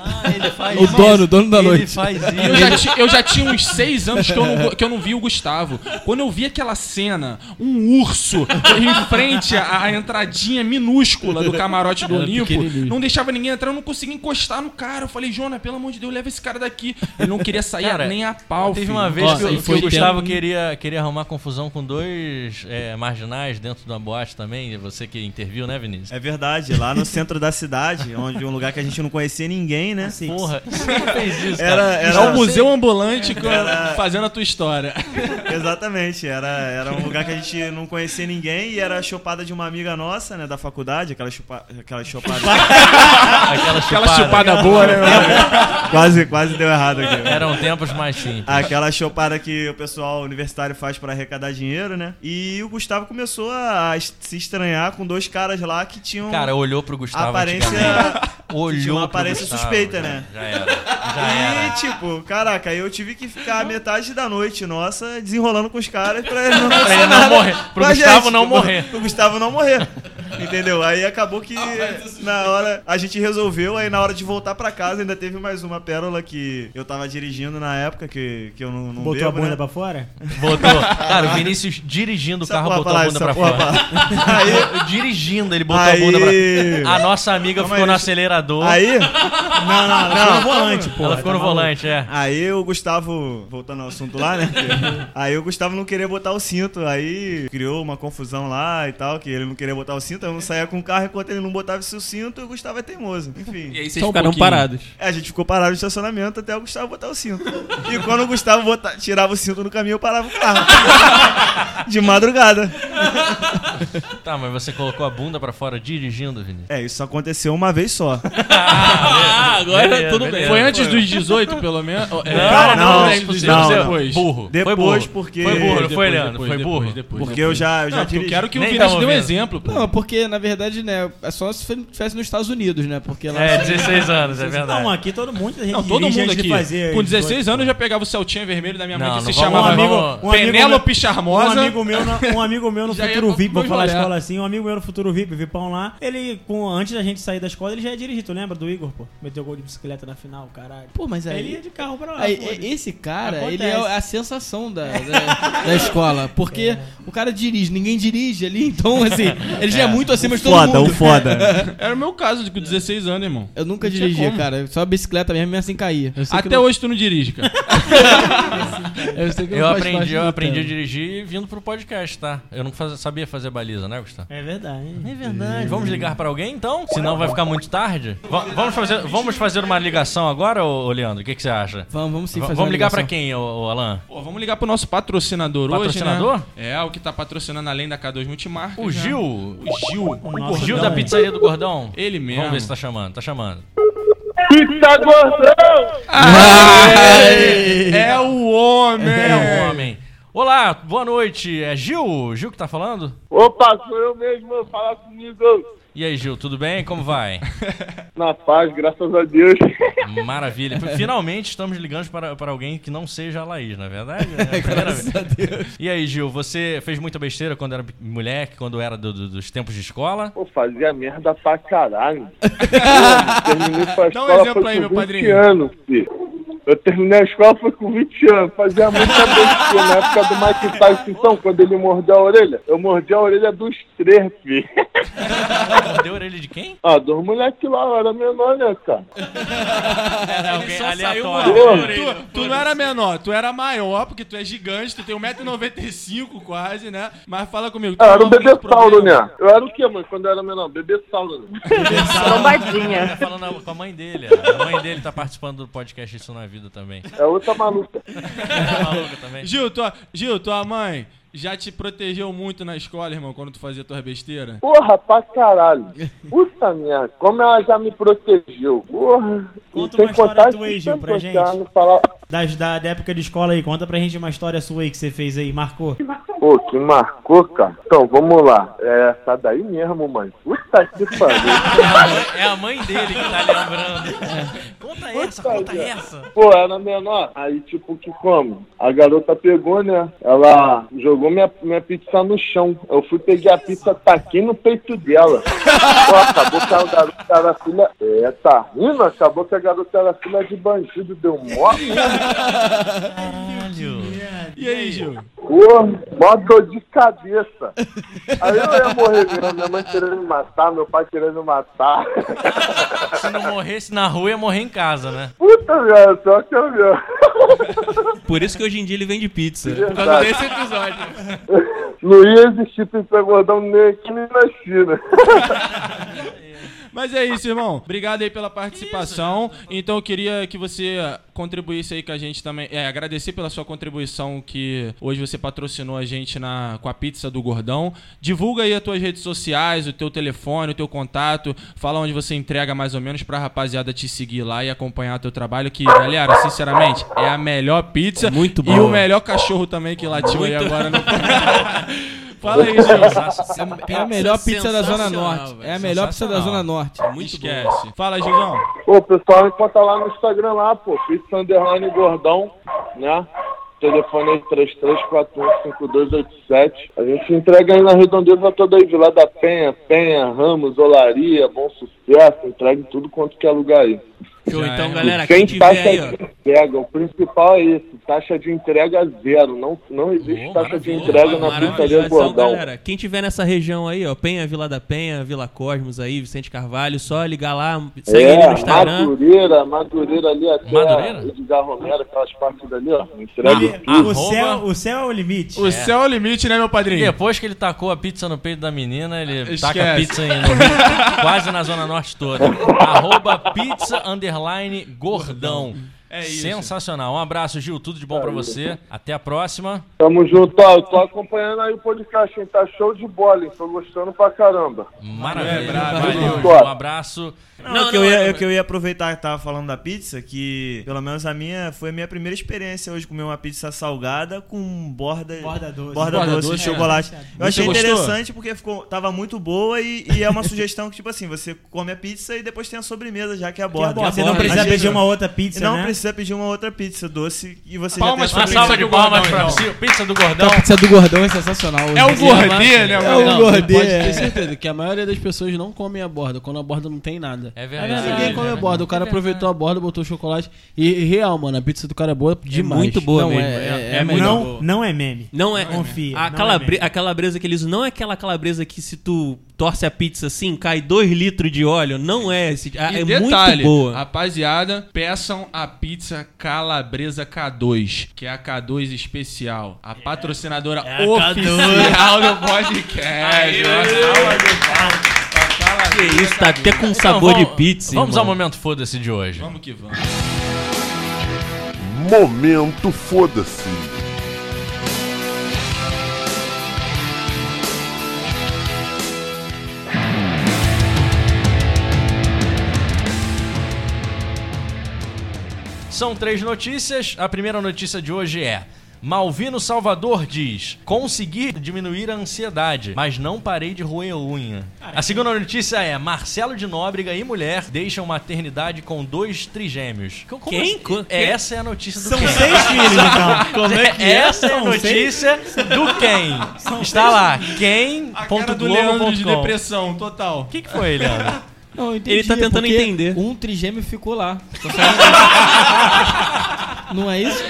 S4: faz
S8: o dono, o dono da
S4: Ele
S8: noite.
S4: faz isso.
S5: Eu já, ti- eu já tinha uns seis anos que eu, não, que eu não vi o Gustavo. Quando eu vi aquela cena, um urso em frente à, à entradinha minúscula do camarote do
S8: Era
S5: Olimpo,
S8: pequenininho.
S5: não deixava ninguém entrar, eu não conseguia encostar no cara. Eu falei, Jona, pelo amor de Deus, leva esse cara daqui. Ele não queria sair
S4: Cara,
S5: nem a pau.
S4: Teve
S5: filho.
S4: uma vez que,
S8: Nossa,
S4: o-
S8: e
S4: que
S8: foi
S4: o
S8: tempo-
S4: Gustavo queria, queria arrumar confusão com dois é, marginais dentro de uma boate também. Você que interviu, né, Vinícius?
S6: É verdade, lá no centro da cidade, onde um lugar que a gente não conhecia ninguém, né?
S4: [LAUGHS] Porra, você que fez isso, cara.
S6: Era, um
S5: É o
S6: era,
S5: museu ambulante com- fazendo a tua história.
S6: exatamente, era, era um lugar que a gente não conhecia ninguém e era a chupada de uma amiga nossa, né, da faculdade, aquela, chupa,
S5: [LAUGHS]
S6: aquela chupada.
S4: Aquela chupada.
S5: boa, né?
S6: quase, quase deu errado aqui.
S4: Eram tempos mais simples.
S6: Aquela chopada que o pessoal universitário faz pra arrecadar dinheiro, né? E o Gustavo começou a es- se estranhar com dois caras lá que tinham
S4: Cara, olhou pro Gustavo
S6: aparência.
S4: antigamente.
S6: que tinha
S4: Olhou
S6: uma
S4: pro
S6: aparência
S4: Gustavo,
S6: suspeita,
S4: já-
S6: né?
S4: Já era. Já era.
S6: E tipo, caraca, eu tive que ficar a metade da noite, nossa, desenrolando com os caras
S4: [LAUGHS]
S6: pra ele não, acontecer
S4: ele não
S6: nada
S4: morrer. Pro
S6: com a
S4: Gustavo não morrer.
S6: Pro Gustavo não morrer. Entendeu? Aí acabou que na hora a gente resolveu, aí na hora de voltar pra casa ainda teve mais uma pérola que eu tava dirigindo na época que, que eu não, não
S1: Botou
S6: bebo,
S1: a bunda
S6: né?
S1: pra fora?
S4: Botou. Cara, o Vinícius dirigindo o
S6: Essa
S4: carro
S6: porra
S4: botou é a
S6: lá,
S4: bunda
S6: essa
S4: pra
S6: porra
S4: fora.
S6: lá.
S4: [LAUGHS] Aí, dirigindo, ele botou a bunda
S6: Aí.
S4: pra A nossa amiga
S6: Calma
S4: ficou no
S6: aí, deixa-
S4: acelerador.
S6: Aí,
S1: Não, não, ela ficou no volante, pô.
S4: ela ficou no
S1: Tá maluco.
S4: volante, é.
S6: aí o Gustavo, voltando ao assunto
S5: [LAUGHS]
S6: lá, né? Aí o Gustavo não queria botar o cinto, aí criou uma confusão lá e tal, que ele não queria botar o cinto, eu não saía com o carro enquanto ele não botava esse cinto, o Gustavo é teimoso. Enfim.
S5: E aí vocês
S7: Só um
S5: ficaram
S7: pouquinho.
S5: parados.
S6: É, A gente ficou parado no estacionamento até o Gustavo botar o cinto. E quando o Gustavo bota- tirava o cinto no caminho, eu parava o carro. De madrugada.
S4: Tá, mas você colocou a bunda pra fora dirigindo, Vinícius.
S6: É, isso aconteceu uma vez só.
S7: Ah, agora
S4: Beleza,
S7: tudo
S4: beleza.
S7: bem.
S5: Foi antes dos 18, pelo menos? É,
S6: Cara, não,
S5: antes dos 18,
S6: não,
S5: foi
S6: não.
S5: depois.
S4: Burro. foi
S6: Depois,
S4: burro.
S6: porque.
S4: Foi burro, não foi,
S5: Depois,
S4: Leandro?
S5: depois,
S4: foi
S5: depois,
S4: burro?
S5: depois,
S6: Porque eu já, eu já
S5: Não, porque eu
S6: dirigi.
S5: quero que o
S4: Nem
S5: Vinícius
S4: tava
S5: dê um
S4: vendo.
S5: exemplo, pô.
S3: Não, porque na verdade, né, é só se estivesse nos Estados Unidos, né? Porque lá
S4: É, 16 anos, é verdade.
S1: Não, aqui todo mundo a gente
S5: Não, todo
S1: dirige
S5: mundo
S1: antes de
S5: aqui.
S1: fazer
S5: Com
S1: os
S5: 16
S1: dois.
S5: anos eu já pegava o Celtinha vermelho da minha mãe
S4: Não,
S5: que
S4: não
S5: se
S4: vamos-
S5: chamava
S1: vamos-
S5: vamos-
S1: um amigo
S5: Penélope
S1: Um
S5: Charmosa.
S1: amigo, meu, na- um amigo meu no
S5: Já ia
S1: Futuro
S5: pro-
S1: VIP, vou
S5: pro
S1: falar a
S5: Joré.
S1: escola assim, um amigo meu no Futuro VIP, Vipão lá, ele, com, antes da gente sair da escola, ele já ia dirigir, tu lembra do Igor, pô? Meteu gol de bicicleta na final, caralho.
S3: Pô, mas aí-
S1: Ele ia de carro pra lá,
S3: Aí,
S1: pô.
S3: e- esse cara,
S1: Acontece.
S3: ele é a sensação da, da, da escola. Porque o cara dirige, ninguém dirige ali, [LAUGHS] então assim, ele já é muito acima de todo
S6: Foda, o
S3: mundo.
S5: [LAUGHS]
S6: foda.
S5: É, Era o meu caso de com 16 anos, irmão.
S3: Eu nunca
S5: Não tinha
S3: dirigia,
S5: como.
S3: cara. Só a bicicleta mesmo e assim caía.
S8: Eu sei que
S5: Até
S8: não-
S5: hoje tu não dirige, cara.
S8: Eu, sei que
S4: Eu
S8: não faz parte
S4: aprendi, eu
S8: do
S4: aprendi a
S8: tema.
S4: dirigir vindo pro podcast, tá? Eu não faz- sabia fazer baliza, né, Gustavo?
S1: É verdade, hein?
S4: É verdade. Vamos ligar pra alguém então? Senão vai ficar muito tarde. Va- vamos, fazer, vamos fazer uma ligação agora, ô ô Leandro? O que, que você acha?
S3: Vamos, vamos sim
S4: Va-
S3: fazer um
S4: vamos
S3: uma
S4: ligar pra
S3: ligação.
S4: quem, ô, ô Alan?
S5: [LAUGHS] Pô, vamos ligar pro nosso patrocinador,
S4: Patrocinador?
S5: hoje, né? É, o que tá patrocinando além da K2 Multimarca.
S4: O Gil?
S5: O Gil.
S1: O
S4: O
S1: nosso
S4: Gil
S1: Gordão.
S4: da pizzaria do Gordão?
S5: Ele mesmo.
S4: Vamos ver se tá chamando. Tá chamando.
S5: É o homem!
S4: É um homem. Olá, boa noite. É Gil? Gil que tá falando?
S9: Opa, sou eu assim, mesmo, fala comigo.
S4: E aí, Gil, tudo bem? Como vai? [LAUGHS]
S9: Na paz, graças a Deus.
S4: Maravilha. Finalmente estamos ligando para, para alguém que não seja a Laís, na verdade. É a primeira vez. E aí, Gil, você fez muita besteira quando era moleque, quando era do- do- dos tempos de escola?
S9: Pô, fazia merda pra caralho. Pô, Terminei pra
S5: Dá um
S9: escola
S5: exemplo
S9: foi
S5: aí,
S9: com
S5: meu
S9: 20
S5: padrinho.
S9: anos, filho. Eu terminei a escola foi com 20 anos, fazia muita besteira na época do Mike Tyson, então, quando ele mordeu a orelha. Eu mordi a orelha dos três, filho. [LAUGHS]
S4: Mordeu a orelha de quem?
S9: Ah, dos moleques lá, eu era menor, né, cara?
S4: Era alguém
S7: é
S4: aleatório.
S9: Pô,
S5: Tu, tu não era menor, tu era maior, porque tu é gigante, tu tem 1,95m quase, né? Mas fala comigo. tu
S9: eu era um
S5: não tem
S9: bebê sauro,
S5: problema?
S9: né? Eu era o quê, mãe, quando eu era menor? Bebê sauro, né?
S4: Ele
S10: Trombadinha.
S4: tá falando com a mãe dele. ó. A mãe dele tá participando do podcast Isso na Vida também.
S9: É outra maluca.
S4: Tá maluco também?
S5: Gil, tua, Gil, tua mãe já te protegeu muito na escola, irmão, quando tu fazia tuas besteiras?
S9: Porra, pra caralho. Puta merda, como ela já me protegeu. Porra.
S1: Conta
S9: E sem
S1: uma história
S9: contar
S1: tua
S9: que
S1: aí, Gil, pra
S9: tanto
S1: gente.
S9: já não falava-
S1: Das, da, da época de escola aí, conta pra gente uma história sua aí que você fez aí, marcou.
S9: Pô, que marcou, cara. Então, vamos lá. É essa daí mesmo, mãe. Puta que pariu.
S4: É a, mãe, [LAUGHS] é a mãe dele que tá lembrando. Conta essa, conta essa.
S9: Pô, era menor. Aí, tipo, que como? A garota pegou, né? Ela jogou minha, minha pizza no chão. Eu fui, peguei a pizza, taquei no peito dela. Pô, acabou que a garota era filha... É, tá rindo? Acabou que a garota era filha de bandido. Deu mó...
S4: Caralho.
S5: E aí, Gil?
S9: Pô, mó dor de cabeça. Aí eu ia morrer mesmo. Minha mãe querendo me matar, meu pai querendo me matar. [LAUGHS]
S4: Se não morresse na rua, ia morrer em casa, né?
S9: Puta merda, é pior que eu mesmo.
S7: Por isso que hoje em dia ele vende pizza.
S9: Por causa desse episódio. [LAUGHS] Não ia existir pizza gordão nem aqui nem na China.
S5: Mas é isso, irmão. Obrigado aí pela participação. então eu queria que você contribuísse aí com a gente também. É, agradecer pela sua contribuição que hoje você patrocinou a gente na, com a pizza do Gordão. Divulga aí as tuas redes sociais, o teu telefone, o teu contato. Fala onde você entrega mais ou menos pra rapaziada te seguir lá e acompanhar teu trabalho. Que, galera, sinceramente, é a melhor pizza.
S7: Muito
S5: E
S7: boa.
S5: o melhor cachorro também que latiu aí agora no... [LAUGHS] Fala aí, Gil.
S3: É a melhor pizza da Zona
S7: Sensacional,
S3: Norte.
S7: velho,
S3: É a melhor pizza da
S4: sensacional.
S3: Zona Norte.
S5: Muito Esquece. Fala, Gilão.
S9: Pô, pessoal, encontra lá no Instagram lá, pô. Pizza Underline Gordão, né? Telefone aí 33415287. A gente entrega aí na redondeza toda aí, Vila da Penha, Penha, Ramos, Olaria, Bom Sucesso, entrega em tudo quanto que é lugar aí.
S7: Show,
S5: Já
S7: então,
S5: é.
S7: galera, quem
S9: Sem
S7: tiver
S9: taxa
S7: aí, ó.
S9: de entrega, o principal é isso, taxa de entrega zero, não, não existe
S4: Pô,
S9: taxa de
S4: maravilha,
S9: entrega na
S7: Maravilha.
S9: pizzaria
S7: Então,
S9: Gordão.
S7: galera, quem tiver nessa região aí, ó, Penha, Vila da Penha, Vila Cosmos aí, Vicente Carvalho, só ligar lá, segue
S9: É,
S7: ele no Instagram.
S9: Madureira, Madureira ali até
S4: Madureira?
S9: Edgar Romero, aquelas partes dali, ó. Entrega.
S7: Ah.
S1: o, céu, o céu é o limite.
S5: O céu é o limite, né, meu padrinho?
S4: Depois que ele tacou a pizza no peito da menina, ele
S5: Esquece.
S4: taca a pizza em, no Rio, quase na Zona Norte toda. Arroba pizza underline gordão. É isso. Sensacional. Um abraço, Gil. Tudo de bom pra você. Até a próxima.
S9: Tamo junto, ó. Eu tô acompanhando aí o podcast, hein? Tá show de bola, hein? Tô gostando pra caramba.
S4: Maravilha.
S5: brabo,
S4: Valeu,
S9: Gil.
S4: Gil. Um abraço.
S6: Não, que eu, ia, eu que eu ia aproveitar que tava falando da pizza, que pelo menos a minha foi a minha primeira experiência hoje comer uma pizza salgada com borda,
S1: Borda doce.
S6: borda
S5: Borda
S6: doce
S5: doce,
S6: de
S5: é.
S6: chocolate. Eu achei
S5: gostou?
S6: interessante porque ficou, tava muito boa e, e é uma [LAUGHS] sugestão que, tipo assim, você come a pizza e depois tem a sobremesa, já que é a borda.
S1: Você não
S6: Achei-
S1: precisa pedir uma outra pizza,
S6: não
S1: né?
S6: precisa pedir uma outra pizza doce e você
S5: Palmas
S6: já
S4: Uma
S6: tem
S5: pro
S6: a sua
S4: salva de
S5: do
S4: palmas
S5: gordão,
S4: pra
S5: então.
S4: Gil. Pizza do gordão.
S3: Então, a pizza do gordão é sensacional. hoje.
S5: É o gordê, né,
S3: É o
S5: mano?
S8: Não, você
S3: gordê.
S8: pode ter
S3: é.
S8: certeza que a maioria das pessoas não comem a borda, quando a borda não tem nada.
S4: É
S8: É,
S4: verdade.
S8: verdade, ninguém come a borda. O cara aproveitou a borda, botou chocolate. E, e real, mano, a pizza do cara é boa demais.
S7: muito boa
S8: não,
S7: mesmo.
S8: É, é,
S7: É
S8: é
S7: muito
S8: melhor.
S1: Não, não é meme.
S7: Não é.
S1: Confia,
S7: a,
S1: não é
S7: calabre-
S1: mesmo.
S7: a calabresa que eles usam não é aquela calabresa que se tu torce a pizza assim, cai dois litros de óleo. Não é esse. a-
S5: E
S7: é
S5: detalhe,
S7: muito boa.
S5: rapaziada, peçam a pizza Calabresa K2, que é a K2 especial, a patrocinadora
S7: É,
S5: oficial do podcast.
S7: Que isso, tá até com
S4: Então,
S7: sabor
S4: vamos-
S7: de pizza.
S4: Vamos ao
S7: irmão.
S4: momento foda-se de hoje.
S5: Vamos que vamos.
S9: Momento foda-se.
S4: São três notícias. A primeira notícia de hoje é. Malvino Salvador diz: consegui diminuir a ansiedade, mas não parei de roer unha. A segunda notícia é: Marcelo de Nóbrega e mulher deixam maternidade com dois trigêmeos. Co- como
S7: Quem?
S4: assim?
S7: Co-
S4: É, Essa é a notícia do
S1: São
S4: Ken.
S1: seis filhos, então.
S4: Como é [LAUGHS] que Essa é a
S1: São seis?
S4: notícia do quem? Está lá, quem.
S5: A
S4: ponto
S5: cara do
S4: globo
S5: Leandro de
S4: ponto com.
S5: depressão, total.
S4: O que, que foi, Leandro?
S3: Não, eu entendi,
S4: Um
S7: Ele tá tentando
S3: porque
S7: entender.
S3: Um trigêmeo ficou lá. Não é isso?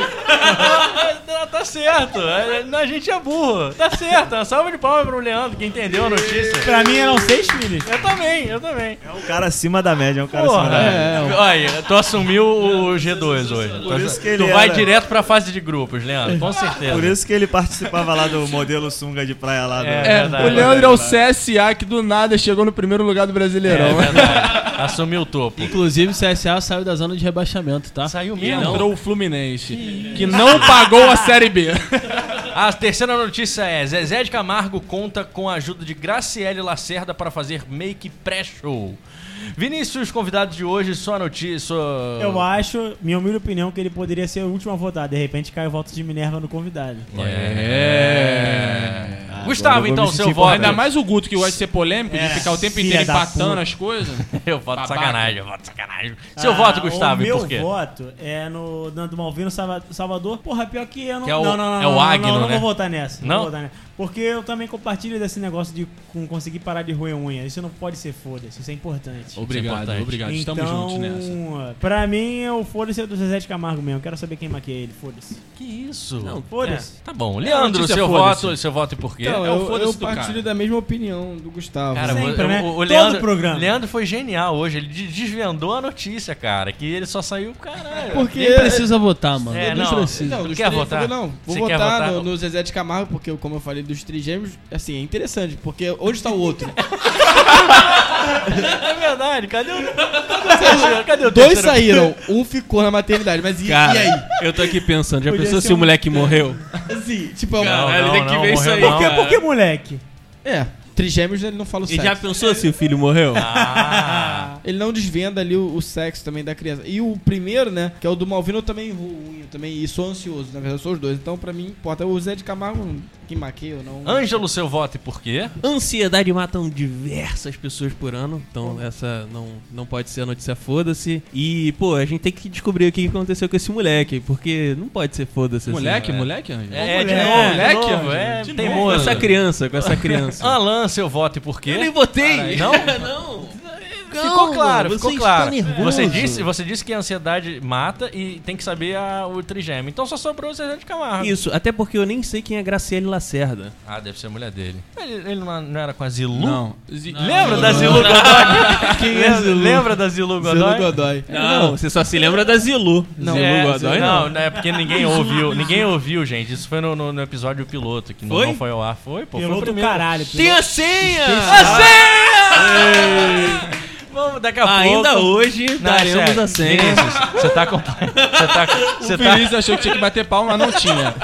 S4: Não, tá certo. A a gente é burro. Tá certo. Uma salva de palmas pro Leandro, que entendeu a notícia.
S1: Pra mim eram seis filhos.
S4: Eu também, eu também.
S6: É um cara acima da média, é um cara acima da
S4: Porra.
S6: média.
S4: Olha, tu assumiu o G2 hoje.
S6: Por isso que
S4: tu
S6: ele
S4: vai
S6: era-
S4: direto pra fase de grupos, Leandro, com certeza.
S6: Por isso que ele participava lá do modelo sunga de praia lá. do-
S4: É,
S5: O
S4: verdade,
S5: Leandro é o CSA que do nada chegou no primeiro lugar do Brasileirão.
S4: É verdade. Assumiu o topo.
S8: Inclusive, o CSA saiu da zona de rebaixamento, tá?
S4: Saiu
S5: E
S4: mesmo.
S5: entrou o Fluminense, que não pagou a Série B.
S4: A terceira notícia é: Zezé de Camargo conta com a ajuda de Graciele Lacerda para fazer make pré-show. Vinícius, convidado de hoje, sua notícia.
S1: Eu acho, minha humilde opinião, que ele poderia ser o último a votar. De repente cai o voto de Minerva no convidado.
S5: É.
S4: Gustavo,
S6: Agora eu
S4: então,
S6: vou me
S4: seu
S6: sentir
S4: voto.
S5: Tipo, Ainda mais o Guto, que gosta de ser polêmico, de ficar o tempo
S1: filha
S5: inteiro
S1: da
S5: empatando
S1: puta.
S5: as coisas.
S4: Eu voto de
S5: Babaca.
S4: sacanagem, eu voto de sacanagem. Seu
S1: Ah,
S4: voto, Gustavo,
S1: o
S4: e
S1: meu
S4: por quê?
S1: voto é no Nando Malvino Salva- Salvador. Porra, pior que eu não...
S4: Que é o-
S1: não, não, não,
S4: é o
S1: não,
S4: Agno,
S1: não, não,
S4: né?
S1: vou votar nessa.
S4: Não?
S1: vou votar nessa. Porque eu também compartilho desse negócio de com- conseguir parar de roer unha. Isso não pode ser foda-se, isso é importante.
S5: Obrigado,
S4: importante.
S5: obrigado.
S1: então,
S5: Estamos juntos nessa.
S1: pra mim, eu foda-se é do Zezé de Camargo mesmo. Quero saber quem maquei ele, foda-se.
S4: Que isso?
S1: Foda-se.
S4: Tá bom. Leandro,
S5: notícia,
S4: seu
S5: foda-se.
S4: voto, seu voto e por quê?
S3: Então,
S5: é o
S3: eu,
S5: foda-se
S3: eu
S5: do cara.
S3: partilho da mesma opinião do Gustavo.
S4: Cara,
S1: Sempre,
S4: o,
S1: né?
S4: o- o
S1: Todo
S4: Leandro,
S1: programa.
S4: Leandro foi genial hoje. Ele de- desvendou a notícia, cara. Que ele só saiu, caralho.
S3: porque
S8: Nem precisa votar, mano.
S4: É,
S8: nem
S4: não.
S8: precisa.
S3: Não,
S4: Tu
S3: dos
S4: quer
S3: três,
S4: votar?
S3: Não, vou
S4: Você quer
S3: votar,
S4: votar?
S3: No, no Zezé de Camargo, porque, como eu falei, dos trigêmeos, assim, é interessante, porque onde está o outro?
S4: [LAUGHS] É verdade. Cadê o. Cadê o- Cadê o
S3: Dois
S4: terceiro?
S3: saíram, um ficou na maternidade, mas e, e aí?
S7: eu tô aqui pensando, já
S1: Podia
S7: pensou
S1: ser
S7: se o
S1: um-
S7: moleque morreu?
S3: Assim, tipo, é uma-
S4: Não,
S7: Caralho,
S4: não,
S7: tem que
S4: não,
S7: ver isso
S4: morreu
S7: aí.
S4: não.
S1: Por que, por que, moleque?
S3: é, trigêmeos ele não fala o
S7: E
S3: sexo.
S7: já pensou se o filho morreu?
S4: Ah,
S3: Ele não desvenda ali o, o sexo também da criança. E o primeiro, né, que é o do Malvino, eu também roo unha, também, e sou ansioso, na verdade, eu sou os dois. Então, pra mim, importa. O Zé de Camargo, que maqueia ou não...
S4: Ângelo, seu voto e por quê?
S7: Ansiedade matam diversas pessoas por ano, então essa não, não pode ser a notícia foda-se. E, pô, a gente tem que descobrir o que aconteceu com esse moleque, porque não pode ser foda-se assim.
S5: Moleque,
S7: né?
S5: moleque, Ângelo?
S4: É, de
S1: moleque,
S4: novo,
S5: moleque,
S4: de novo,
S5: Ângelo.
S4: é
S5: De
S7: Com
S4: teimoso.
S7: essa criança, com essa [LAUGHS] criança.
S4: Alan, seu voto e por quê?
S7: Ah, Eu nem votei!
S4: Não?
S7: não!
S4: Ficou claro,
S7: você
S4: ficou
S7: está
S4: claro.
S7: nervoso.
S4: Você disse, você disse que a ansiedade mata e tem que saber a- o trigêmeo. Então só sobrou o Zezé de Camargo.
S7: Isso, até porque eu nem sei quem é Graciele Lacerda.
S4: Ah, deve ser a mulher dele. Ele, ele não, não era com a Zilu?
S5: Não. Zi-
S4: Lembra da Zilu Godoy?
S7: é
S4: lembra, lembra da Zilu Godoy?
S3: Zé do Godoy.
S7: Não, você só se lembra da Zilu.
S3: Não,
S7: Zilu
S4: É,
S7: Godoy,
S4: não, não é porque
S7: [LAUGHS]
S4: ninguém ouviu. Ninguém ouviu, gente. Isso foi no, no- no episódio piloto, que não-
S7: Foi?
S4: Não, foi ao ar. Foi, pô. foi o
S1: Piloto do
S7: [LAUGHS]
S4: primeiro.
S1: caralho.
S7: Tem a senha!
S4: A senha! Vamos, daqui a
S7: é Ainda
S4: Ah, é pouco.
S7: hoje
S4: Não, é
S7: daremos
S4: sério,
S7: a senha.
S4: Vinícius, Você tá acompanhando. Você
S7: [LAUGHS]
S4: tá, você
S5: O
S4: tá-
S5: Feliz achou que tinha que bater palma, mas não tinha.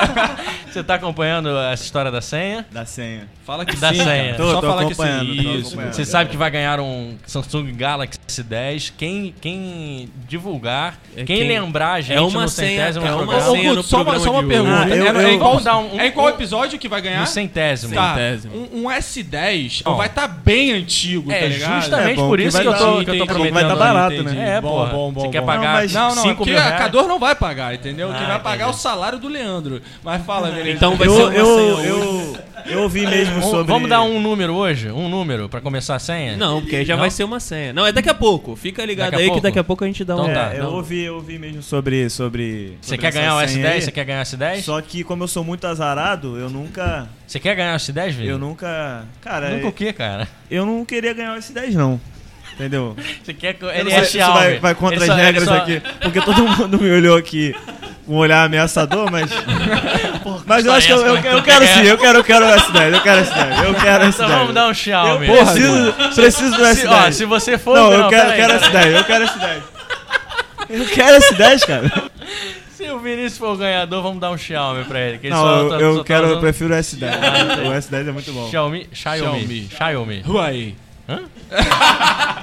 S4: você tá acompanhando essa história da senha?
S6: Da senha.
S5: Fala que
S4: Da
S5: sim, cara.
S4: senha.
S5: Só
S6: Tô, tô
S5: falar que
S6: acompanhando.
S5: sim.
S6: tô
S5: Isso.
S6: acompanhando.
S4: Você sabe que vai ganhar um Samsung Galaxy S10. Quem, quem divulgar,
S7: É
S4: quem,
S7: quem-
S4: lembrar a gente
S7: é uma
S4: no
S7: senha,
S4: centésimo
S7: é uma
S4: programa.
S5: Ô,
S7: senha
S5: Guto,
S7: no
S5: só uma,
S7: programa
S5: só uma
S7: de hoje.
S5: pergunta.
S6: Ah, eu-
S5: é, é
S6: eu-
S5: em qual,
S4: vamos dar um-
S5: é em qual episódio que vai ganhar?
S4: No centésimo.
S5: Tá,
S7: Centésimo.
S5: um, um S10 vai estar bem antigo, tá
S4: É
S5: ligado?
S4: justamente
S6: É bom,
S4: por
S6: que
S4: isso
S6: vai
S4: que eu tô, que
S5: dar-
S4: eu tô
S5: entendi,
S4: prometendo.
S6: vai dar barato,
S4: entendi.
S6: né?
S4: É,
S6: Bom,
S4: porra.
S6: bom, bom,
S4: Você quer
S6: bom.
S4: pagar
S6: Não, mas-
S5: Não, não,
S4: 5
S5: porque
S4: mil
S5: a
S4: reais?
S5: Cador não vai pagar, entendeu? Quem
S4: Ah,
S5: vai pagar é o
S4: entendi.
S5: salário do Leandro. Mas fala, Verelho.
S7: Então vai ser
S6: Eu,
S7: uma
S6: eu,
S7: senha hoje.
S6: eu, eu ouvi mesmo
S4: Vamos-
S6: sobre...
S4: Vamos dar um número hoje? Um número pra começar a senha?
S7: Não, porque aí já
S4: Não?
S7: vai ser uma senha. Não, é daqui a pouco. Fica ligado
S4: Daqui a
S7: aí
S4: pouco?
S7: que daqui a pouco a gente dá
S4: Então
S7: um.
S4: tá.
S6: É, eu
S4: não.
S6: ouvi, eu ouvi mesmo sobre... sobre
S4: Você quer ganhar o S10? Você
S6: Você
S4: quer ganhar o S10?
S6: Só que como eu sou muito azarado, eu nunca...
S4: Você quer ganhar o S10, velho?
S6: Eu nunca... Cara,
S4: Nunca o quê, cara?
S6: eu não queria ganhar o S10 não. Entendeu?
S4: Você quer que
S6: Eu
S4: ele
S6: não sei
S4: ache
S6: se isso vai,
S4: algo.
S6: vai contra
S4: Ele
S6: as
S4: só- ele
S6: regras
S4: só-
S6: aqui. Porque todo mundo me olhou aqui com um olhar ameaçador, mas. mas
S4: história
S6: eu acho que eu,
S4: é essa?
S6: eu-
S4: Como é
S6: eu
S4: que
S6: quero
S4: é?
S6: sim, eu quero, eu quero o S10, eu quero o S10, eu quero o S10.
S4: Então vamos dar um Xiaomi.
S6: eu preciso, preciso do
S4: se, ó,
S6: S10.
S4: se você for.
S6: não, eu quero,
S4: peraí,
S6: quero
S4: cara.
S6: S10, eu quero S10. Eu quero S10, cara.
S4: Se o Vinícius for o ganhador, vamos dar um Xiaomi pra ele. Que ele só
S6: Não, eu,
S4: tá-
S6: eu
S4: só tá
S6: quero, eu
S4: usando-
S6: prefiro o S10. O S10 é muito bom.
S4: Xiaomi, Xiaomi, Xiaomi.
S5: Uai.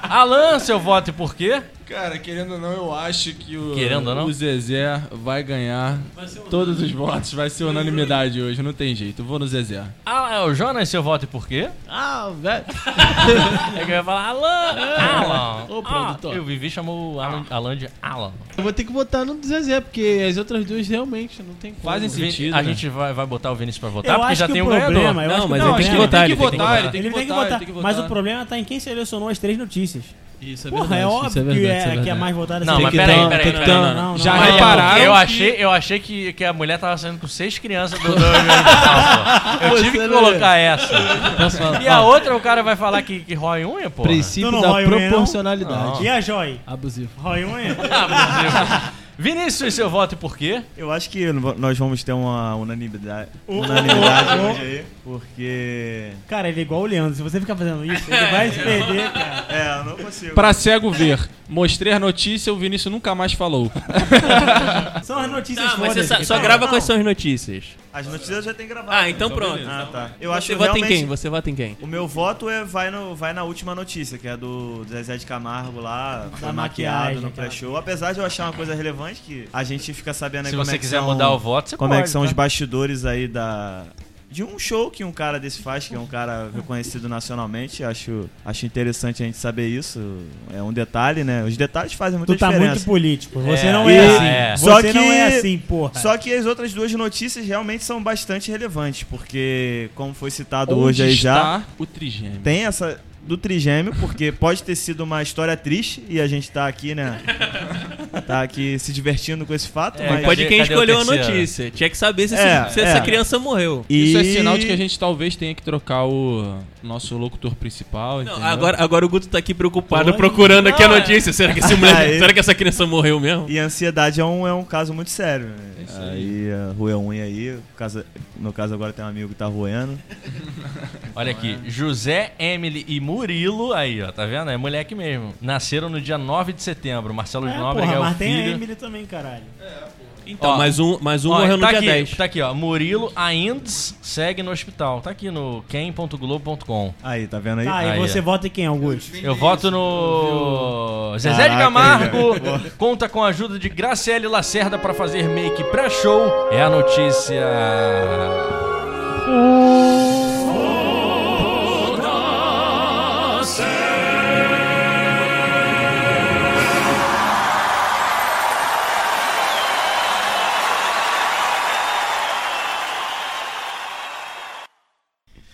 S4: Alan, seu voto e por quê?
S5: Cara, querendo ou não, eu acho que o,
S4: Querendo ou não?
S5: o Zezé vai ganhar todos os votos. Vai ser unanimidade hoje, não tem jeito. Eu vou no Zezé.
S4: Ah, o Jonas, seu voto e por quê?
S8: Ah, velho.
S4: É que vai falar Alan, Alan.
S8: Ô, produtor.
S4: Ah, eu vivi chamou o Alan, Alan de Alan.
S8: Eu vou ter que botar no do Zezé, porque as outras duas realmente não tem como.
S5: Fazem sentido.
S4: a
S5: né?
S4: gente vai, vai botar o Vinícius pra votar
S1: Eu
S4: porque
S1: acho
S4: já
S1: que
S4: tem
S1: o
S4: um
S1: problema,
S4: ganhador.
S1: eu
S7: Não,
S1: acho que
S7: mas
S1: não
S7: ele tem
S1: é.
S7: que votar, ele
S5: Ele tem que votar,
S1: Ele tem que votar. Mas o problema tá em quem selecionou as três notícias.
S8: Isso é
S1: Porra, é óbvio que, é, que é mais votada.
S4: Não,
S1: assim.
S4: mas
S1: Tem que
S4: peraí,
S1: dar-
S4: peraí,
S1: tem que
S4: peraí.
S1: dar-
S4: Não,
S1: não, não.
S5: Já
S1: Mas-
S5: repararam
S4: Eu
S5: que-
S4: achei, eu achei que, que a mulher tava saindo com seis crianças do, do, do Natal, pô. Eu tive que colocar essa. E a outra, o cara vai falar que, que rói unha, pô.
S8: Princípio
S1: Não, não,
S8: da
S1: Roy Wayne, não?
S8: proporcionalidade.
S1: E a Joy?
S8: Abusivo.
S1: Roy um Unha?
S4: Vinícius, seu voto e por quê?
S6: Eu acho que nós vamos ter uma unanimidade, unanimidade hoje aí, porque...
S1: Cara, ele é igual o Leandro. Se você ficar fazendo isso, ele vai se perder, cara.
S6: É, eu não consigo.
S5: Pra cego ver, mostrei a notícia, o Vinícius nunca mais falou.
S1: São as notícias
S7: Tá, mas você
S1: fodas.
S7: sa- só
S1: Não,
S7: grava
S1: não.
S7: quais são as notícias.
S6: As notícias eu já tem gravado.
S7: Ah, então pronto.
S6: Ah, tá. Eu acho
S7: Você
S6: que
S7: vota em
S6: realmente-
S7: quem? Você vota em quem?
S6: O meu voto é, vai, no, vai na última notícia, que é do Zezé de Camargo lá, foi
S1: maquiagem,
S6: maquiado no
S1: aquela-
S6: pré-show. Apesar de eu achar uma coisa relevante, que a gente fica sabendo aí
S4: Se
S6: como é
S4: você
S6: que
S4: quiser
S6: são-
S4: mudar o voto, você
S6: como
S4: pode.
S6: é que são
S4: tá?
S6: os bastidores aí da. De um show que um cara desse faz, que é um cara reconhecido nacionalmente, acho, acho interessante a gente saber isso. É um detalhe, né? Os detalhes fazem muita
S1: Tu tá
S6: diferença.
S1: muito político. Você
S4: É,
S1: não é,
S6: e-
S1: assim.
S4: é.
S1: Você
S6: Só que-
S1: não é assim, porra.
S6: Só que as outras duas notícias realmente são bastante relevantes, porque, como foi citado
S5: Onde
S6: hoje aí já,
S5: está o trigêmeo?
S6: tem essa do trigêmeo, porque pode ter sido uma história triste e a gente tá
S5: [LAUGHS]
S6: aqui, né? Tá aqui se divertindo com esse fato,
S4: É,
S6: mas.
S4: Cadê-
S7: Pode quem
S4: cadê o
S7: escolheu a
S4: terceiro?
S7: notícia. Tinha que saber se,
S6: É,
S7: esse- se essa
S6: é.
S7: criança morreu.
S6: E-
S5: Isso é sinal de que a gente talvez tenha que trocar o nosso locutor principal,
S7: Não,
S5: entendeu?
S7: agora, agora o Guto tá aqui preocupado,
S1: Olha.
S7: procurando aqui a notícia. Será que, esse [LAUGHS] moleque,
S6: Aí.
S7: será que essa criança morreu mesmo?
S6: E a ansiedade é um, é um caso muito sério. Né? Aí, a roer a unha aí. o caso- no caso, agora tem um amigo que tá roendo.
S4: Olha aqui, José, Emily e Murilo, aí ó, tá vendo? É moleque mesmo. Nasceram no dia 9 de setembro. Marcelo de
S1: É,
S4: Nóbrega
S1: porra,
S4: é o
S1: mas tem a
S4: filho.
S1: Emily também, caralho.
S7: Então,
S4: Ó,
S7: mais um, mais um
S4: Ó,
S7: morreu no
S4: tá
S7: dia
S4: aqui,
S7: 10.
S4: Tá aqui, ó. Murilo ainda segue no hospital. Tá aqui no quem.globo.com.
S6: Aí, tá vendo aí?
S1: Tá,
S4: Aí,
S1: e você
S4: ó.
S1: vota em quem, Augusto?
S4: Eu voto no Zezé de
S6: Caraca,
S4: Camargo. [LAUGHS] Conta com a ajuda de Graciele Lacerda pra fazer make pré-show. É a notícia.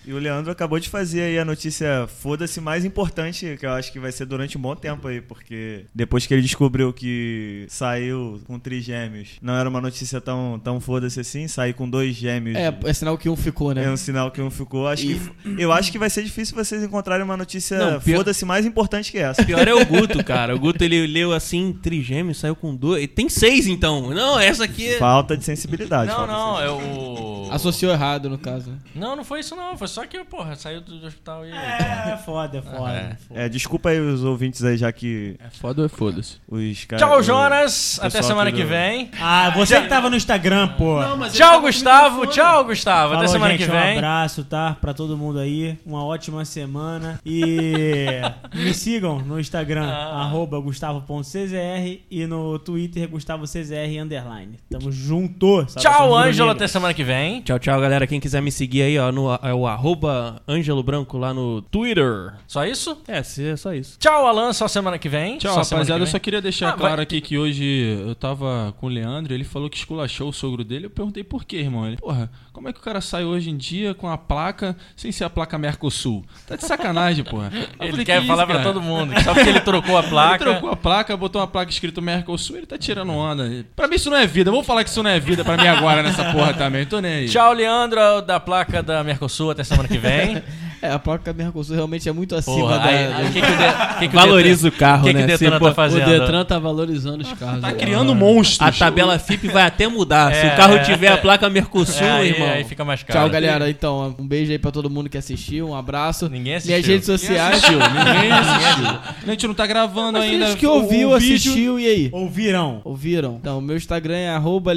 S6: E o Leandro acabou de fazer aí a notícia foda-se mais importante, que eu acho que vai ser durante um bom tempo aí, porque depois que ele descobriu que saiu com trigêmeos, não era uma notícia tão, tão foda-se assim, sair com dois gêmeos.
S3: É, é sinal que um ficou, né?
S6: É um sinal que um ficou. Acho que, eu acho que vai ser difícil vocês encontrarem uma notícia
S7: Não, pior-
S6: foda-se mais importante que essa.
S7: Pior é o Guto, cara. O Guto ele leu assim, trigêmeo, saiu com dois. Tem seis então. Não, essa aqui. é.
S6: Falta de sensibilidade.
S4: Não,
S6: falta de
S4: não, é o.
S3: Associou errado, no caso. né?
S4: Não, não foi isso não. Foi só que, porra, saiu do do hospital e.
S1: É, foda, é foda.
S4: É.
S1: foda.
S6: É, desculpa aí os ouvintes aí, já que
S5: É foda ou é foda-se?
S6: os caras.
S4: Tchau, Jonas.
S6: pessoal
S4: Até semana
S6: aqui
S4: que
S6: do-
S4: vem.
S1: Ah, você que tava no Instagram, pô.
S4: Tchau, Gustavo. Tchau, Gustavo.
S1: Falou,
S4: Até semana
S1: gente,
S4: que
S1: Um
S4: vem.
S1: abraço, tá? Pra todo mundo aí. Uma ótima semana. E
S4: [LAUGHS]
S1: me sigam no Instagram,
S4: Ah.
S1: arroba gustavo.czr e no Twitter, gustavo.czr underline. Tamo junto.
S4: Tchau, Ângelo.
S1: Ângela.
S4: Até semana que vem.
S7: Tchau, tchau, galera. Quem quiser me seguir aí, ó, no é o arroba Ângelo Branco lá no Twitter.
S4: Só isso?
S7: É, se- é só isso.
S4: Tchau, Alan. Só semana que vem.
S5: Tchau,
S4: Só semana que
S5: rapaziada. Eu
S4: vem.
S5: só queria deixar
S4: Ah,
S5: claro
S4: vai-
S5: aqui que hoje eu tava com o Leandro, ele falou que esculachou o sogro dele. Eu perguntei por quê, irmão. Ele, porra, como é que o cara sai hoje em dia com a placa sem ser a placa Mercosul? Tá de sacanagem,
S4: [LAUGHS]
S5: porra. Eu
S4: Ele
S5: falei,
S4: quer
S5: "Que
S4: falar
S5: isso,
S4: pra
S5: cara?"
S4: todo mundo. Só porque ele trocou a placa.
S5: Ele trocou a placa, botou uma placa escrito Mercosul, ele tá tirando onda. Pra mim isso não é vida. Eu vou falar que isso não é vida pra mim agora nessa porra também. Tô nem aí.
S4: Tchau, Leandro, da placa da Mercosul. Até semana que vem.
S3: É, a placa Mercosul realmente é muito acima
S4: Porra,
S3: da.
S4: aí, aí, que que o de- que que
S7: Valoriza o
S4: Detran-
S7: carro,
S4: que que
S7: né?
S4: o Detran
S7: Sempre-
S4: tá fazendo?
S8: O Detran tá valorizando os carros.
S5: Tá
S8: agora.
S5: criando monstros.
S7: A tabela FIP vai até [LAUGHS] mudar. Se
S4: É,
S7: o carro
S4: é.
S7: tiver a placa Mercosul,
S4: É, aí,
S7: tá irmão.
S4: aí fica mais caro.
S3: Tchau, galera. Então, um beijo aí pra todo mundo que assistiu. Um abraço.
S4: Ninguém assistiu.
S3: Minhas redes sociais. [LAUGHS]
S5: Ninguém assistiu. A gente não tá gravando
S3: Mas
S5: ainda.
S3: gente que ouviu,
S5: o vídeo.
S3: assistiu e aí?
S1: Ouvirão.
S3: Ouviram? Então, meu Instagram é arroba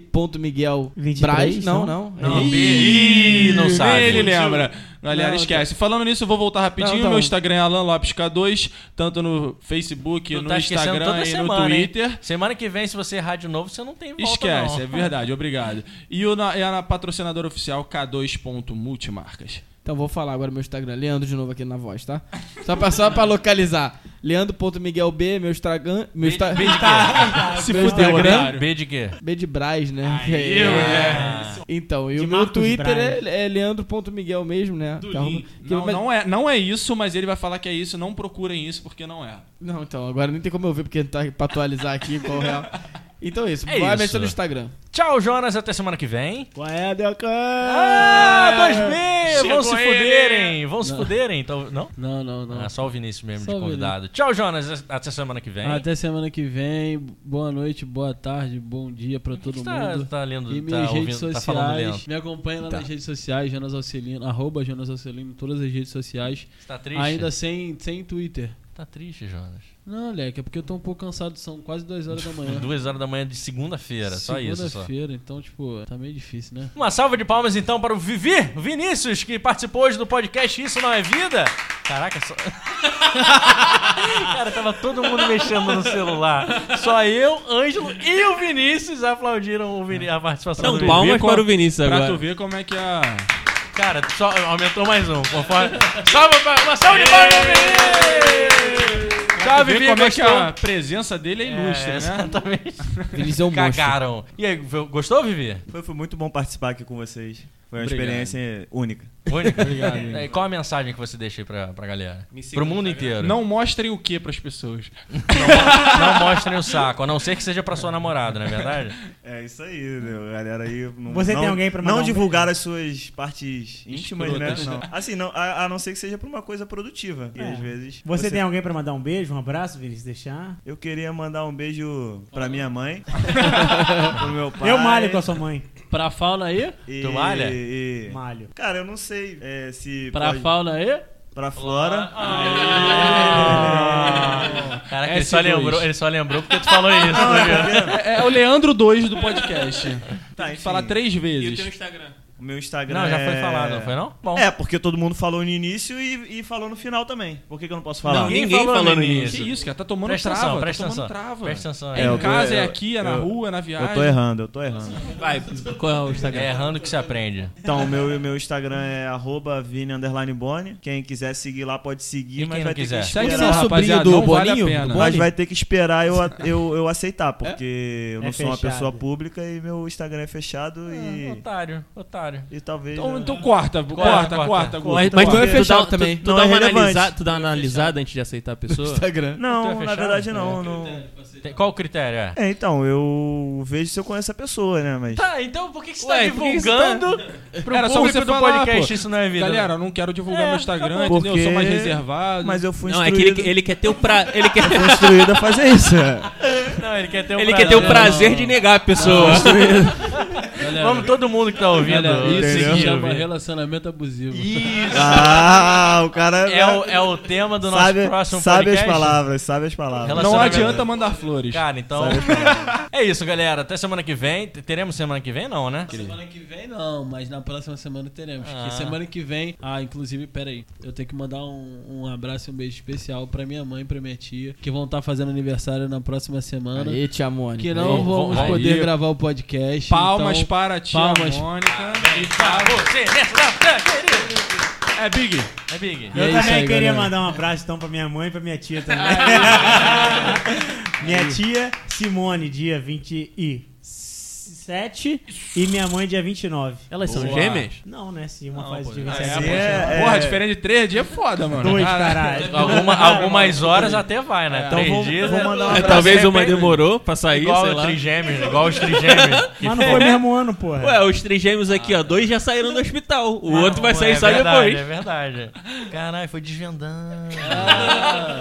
S3: leandro.miguel
S1: 23,
S3: Braz. Não,
S1: não?
S3: não.
S4: Não,
S3: Ih,
S4: Ih, não sabe.
S5: Nem ele lembra. Galera,
S3: Não, tá.
S5: esquece. Falando nisso, eu vou voltar rapidinho.
S3: Não, tá
S5: Meu
S3: bom.
S5: Instagram é Alan Lopes K2, tanto no Facebook,
S4: Tu
S5: no
S4: tá esquecendo
S5: Instagram
S4: toda
S5: e
S4: semana,
S5: no
S4: hein?
S5: Twitter.
S4: Semana que vem, se você é rádio novo, você não tem volta,
S5: Esquece,
S4: não.
S5: é verdade, obrigado. E, o, na- e a patrocinadora oficial K2.multimarcas.
S3: Então vou falar agora meu Instagram, Leandro de novo aqui na voz, tá? Só pra, só pra localizar. Leandro.miguelb, meu Instagram. Meu [LAUGHS] Insta-
S4: B de quê?
S3: Se fudeu, né?
S4: B de quê?
S3: B de Braz, né?
S5: Eu, é.
S3: Então, e
S1: De
S3: o meu
S1: Marcos
S3: Twitter
S1: Braz.
S3: é, é leandro.miguel mesmo, né? Que arroba- que-
S5: Não,
S3: mas-
S5: não, é, não é isso, mas ele vai falar que é isso. Não procurem isso porque não é.
S3: não, então, agora nem tem como eu ver, porque tá pra atualizar aqui qual é o real. Então é isso,
S4: É
S3: vai
S4: isso.
S3: mexer no Instagram.
S4: Tchau, Jonas. Até semana que vem.
S1: Qual é, Delcan?
S4: Ah, 2000! Vão
S2: Chegou
S4: se
S2: ele.
S4: fuderem! Vão se fuderem! Então, não?
S8: Não, não, não.
S4: Ah, só o Vinícius mesmo
S8: Só
S4: de
S8: o
S4: convidado. Tchau, Jonas. Até semana que vem.
S8: Até semana que vem. Boa noite, boa tarde, bom dia pra todo
S4: Você tá,
S8: mundo.
S4: tá lendo,
S8: E
S4: tá
S8: minhas
S4: ouvindo,
S8: redes
S4: tá falando lento. Tá.
S8: sociais. me acompanha lá nas redes sociais, Jonas Alcelino, arroba Jonas Alcelino, em todas as redes sociais.
S4: Você tá triste?
S8: Ainda sem, sem Twitter.
S4: Tá triste, Jonas.
S8: Não, Leque, é porque eu tô um pouco cansado, são quase duas horas da manhã.
S4: [LAUGHS] Duas horas da manhã de segunda-feira, só isso. Só.
S8: Segunda-feira, então, tipo, tá meio difícil, né?
S4: Uma salva de palmas então para o Vivi Vinícius, que participou hoje do podcast Isso Não É Vida. Caraca, só. [LAUGHS] Cara, tava todo mundo mexendo no celular. Só eu, Ângelo e o Vinícius aplaudiram o Vini- a participação
S5: um
S4: do
S7: Então,
S4: Vivi.
S7: palmas para o Vinícius
S5: Pra tu
S7: agora.
S5: ver como é que a.
S4: Cara, só aumentou mais um. Conforme... Salva, pra- uma salva de palmas, Vivi! Tchau,
S5: ver
S4: Vivi,
S5: como é que
S4: gostou?
S5: a presença dele é ilustre,
S4: É,
S5: né?
S4: Exatamente.
S3: Vinícius é um monstro.
S4: Cagaram. E aí, gostou, Vivi?
S6: Foi, foi muito bom participar aqui com vocês. Foi uma
S5: Obrigado.
S6: experiência única.
S4: Único. Obrigado. É, E qual a mensagem que você deixa aí pra, pra galera? Pro mundo inteiro.
S5: Não mostrem o que pras pessoas.
S4: Não mostrem o saco, a não ser que seja pra sua namorada, não é verdade?
S6: É isso aí, né, galera aí. Não,
S1: Você
S6: não,
S1: tem alguém pra mandar
S6: Não
S1: um
S6: divulgar as suas partes íntimas,
S5: Escrotas,
S6: né? Não.
S5: né?
S6: Assim, não, a, a não ser que seja pra uma coisa produtiva. E
S1: É.
S6: às vezes.
S1: Você, tem alguém pra mandar um beijo, um abraço, Vinícius? Deixar?
S6: Eu queria mandar um beijo pra minha [LAUGHS] mãe, pro meu pai.
S1: Eu malho com a sua mãe.
S8: Pra fauna aí?
S6: e,
S4: Tu malha?
S6: e-
S1: Malho.
S6: Cara, eu não sei é, se.
S8: Pra
S6: pode-
S8: fauna aí?
S6: pra
S5: Ah.
S6: fora. Ah.
S4: Caraca, ele só, lembrou, ele só lembrou porque tu falou isso, tá ligado?
S5: É, é o Leandro 2 do podcast.
S6: Tá, enfim,
S5: Falar três vezes.
S7: Instagram.
S6: O meu Instagram.
S4: Não, já foi
S6: é-
S4: falado, não foi não? Bom.
S6: É, porque todo mundo falou no início e, e falou no final também. Por que, que eu não posso falar?
S7: Não, ninguém falou no
S5: Que
S7: início.
S5: isso, cara? Tá tomando
S4: Presta
S5: trava,
S4: atenção,
S5: tá
S4: presta
S5: tomando
S4: atenção.
S5: trava.
S4: Presta atenção.
S5: É
S4: aí.
S6: É,
S5: em
S6: eu tô-
S5: casa, é
S6: eu-
S5: aqui, é na
S6: eu-
S5: rua, é na
S6: Eu
S5: viagem.
S6: tô errando, eu tô errando.
S7: Vai, qual é o Instagram?
S4: É errando que se aprende.
S6: [LAUGHS] Então, o meu, o meu Instagram é arroba Vini underline Boni. Quem quiser seguir lá pode seguir,
S4: E
S6: mas
S4: quem
S6: vai
S4: não quiser?
S6: ter que
S5: Segue
S6: esperar.
S5: lá, rapaziada,
S3: do
S5: não vale a
S3: Boninho?
S5: pena.
S3: Do
S6: Mas vai ter que esperar eu, eu, eu
S4: É?
S6: aceitar, porque eu não
S1: É
S6: sou uma
S1: fechado.
S6: pessoa pública e meu Instagram é fechado e,
S4: Otário, otário.
S6: e talvez.
S5: Então,
S6: né?
S5: então corta, corta, corta,
S4: corta.
S5: corta.
S7: Mas,
S6: mas
S7: tu,
S6: não é
S3: fechado
S7: dá,
S3: também.
S7: Tu, tu
S6: Não
S7: dá
S6: é
S7: uma
S6: relevante.
S7: analisada, tu dá uma analisada antes de aceitar a pessoa?
S3: Instagram.
S4: Tu é
S6: Não, na
S4: fechado?
S6: verdade não. não-
S4: Tem- qual o critério? É?
S6: É, então, eu vejo se eu conheço a pessoa, né? Mas.
S4: Tá, então por que, que você
S7: Ué,
S4: tá
S7: por que que você
S4: divulgando pro
S5: Era só
S4: público
S5: você
S4: do
S5: falar,
S4: podcast
S5: pô.
S4: Isso Não É Vida? né?
S5: Galera, eu não quero divulgar
S4: É,
S5: meu Instagram,
S4: acabou.
S5: entendeu? Eu sou mais
S6: né? Porque-
S5: reservado.
S6: Mas eu fui
S7: Não, é
S6: instruído,
S7: que ele, ele quer ter o pra... Ele quer,
S6: fui instruído a fazer isso. é.
S4: um Não, ele quer ter o
S7: ele quer ter o
S4: prazer.
S7: prazer né? de negar a pessoa.
S4: Galera. Vamos todo mundo que tá ouvindo.
S8: Galera, isso
S4: seguir,
S8: se chama
S4: ouvir.
S8: relacionamento abusivo.
S6: Ah, o cara.
S4: É o, é o tema do nosso
S6: sabe
S4: próximo
S6: sabe as
S4: podcast.
S6: palavras, sabe as palavras.
S4: Relacionamento.
S5: Não adianta mandar flores.
S4: Cara, então. [LAUGHS] é isso, galera. Até semana que vem. T- Teremos semana que vem, não, né?
S8: Semana que vem não, mas na próxima semana teremos.
S4: Ah.
S8: Porque semana que vem. Ah, inclusive, peraí. Eu tenho que mandar um, um abraço e um beijo especial pra minha mãe e pra minha tia, que vão estar fazendo aniversário na próxima semana.
S3: Aê, tia Mônica.
S8: Que não vamos
S4: vamos-
S8: poder
S5: aí.
S8: gravar o podcast.
S5: Palmas
S8: então,
S5: para a tia
S8: palmas.
S5: Mônica.
S4: Você, querido.
S5: É, Big.
S4: É Big.
S8: E é
S1: eu
S8: isso
S1: também
S8: aí,
S1: queria
S8: galera.
S1: mandar um abraço então pra minha mãe e pra minha tia também. [LAUGHS] minha tia Simone, dia 27 e minha mãe, dia 29.
S7: Elas são
S4: Boa.
S7: gêmeas?
S1: Não, né? Se uma
S4: Não,
S1: faz
S4: pô,
S1: de
S4: não,
S1: você.
S4: é,
S1: a
S4: pô,
S1: outra.
S6: É.
S5: Porra, diferente de três dias é foda, mano.
S1: Dois,
S5: Cara,
S1: caralho.
S4: Alguma- algumas horas até vai, né?
S6: Então
S4: Três
S6: vou,
S4: dias.
S6: vou
S4: né?
S7: [LAUGHS]
S6: mandar um
S7: É,
S6: abraço.
S7: talvez
S4: de
S7: uma
S4: repente-
S7: demorou pra sair, sei
S4: Igual
S7: lá.
S4: o trigêmeos, né? igual os
S7: [LAUGHS]
S4: trigêmeos. que
S1: Mas não foi o mesmo ano, porra.
S7: Ué, os três gêmeos aqui, ó, dois já saíram do hospital. O outro vai sair
S4: é
S7: só
S4: verdade,
S7: depois.
S4: É verdade. Caralho, foi desvendando.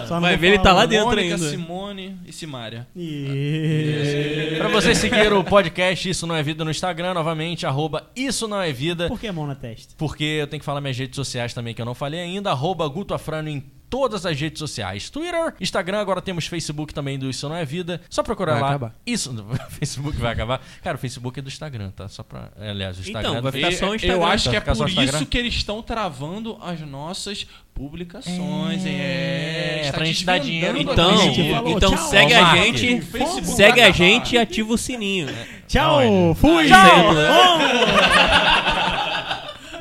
S1: Só não
S7: Vai
S1: vou
S7: ver, ele tá
S1: falar
S7: lá
S1: o nome.
S7: dentro
S5: Mônica,
S7: ainda.
S5: Simone e Simária.
S1: Ih.
S4: Pra vocês seguir o podcast Isso Não É Vida no Instagram, novamente, arroba Isso Não É Vida.
S1: Por que mão na testa?
S4: Porque eu tenho que falar minhas redes sociais também, que eu não falei ainda. Arroba Guto Afrano em todas as redes sociais. Twitter, Instagram, agora temos Facebook também do Isso Não É Vida. Só procurar
S7: Vai
S4: lá.
S7: acabar.
S4: Isso, [LAUGHS] Facebook vai acabar. Cara, o Facebook é do Instagram, tá? Só pra... Aliás, o Instagram... é
S7: Então,
S4: do
S7: vai ficar
S4: Facebook.
S7: só o Instagram.
S5: Eu acho que é
S4: Ficar só
S5: por
S4: no Instagram?
S5: isso que eles estão travando as nossas publicações. É,
S4: É,
S5: está
S4: pra gente dar
S5: desvendando
S4: dinheiro.
S5: a
S7: Então,
S5: gente.
S1: falou,
S7: então
S1: tchau.
S7: segue
S4: Ó,
S7: a
S4: Mark.
S7: gente,
S5: Facebook
S7: segue
S5: vai
S7: a
S5: acabar.
S7: gente e ativa o sininho.
S1: Tchau, fui!
S7: Tchau.
S1: Vamos.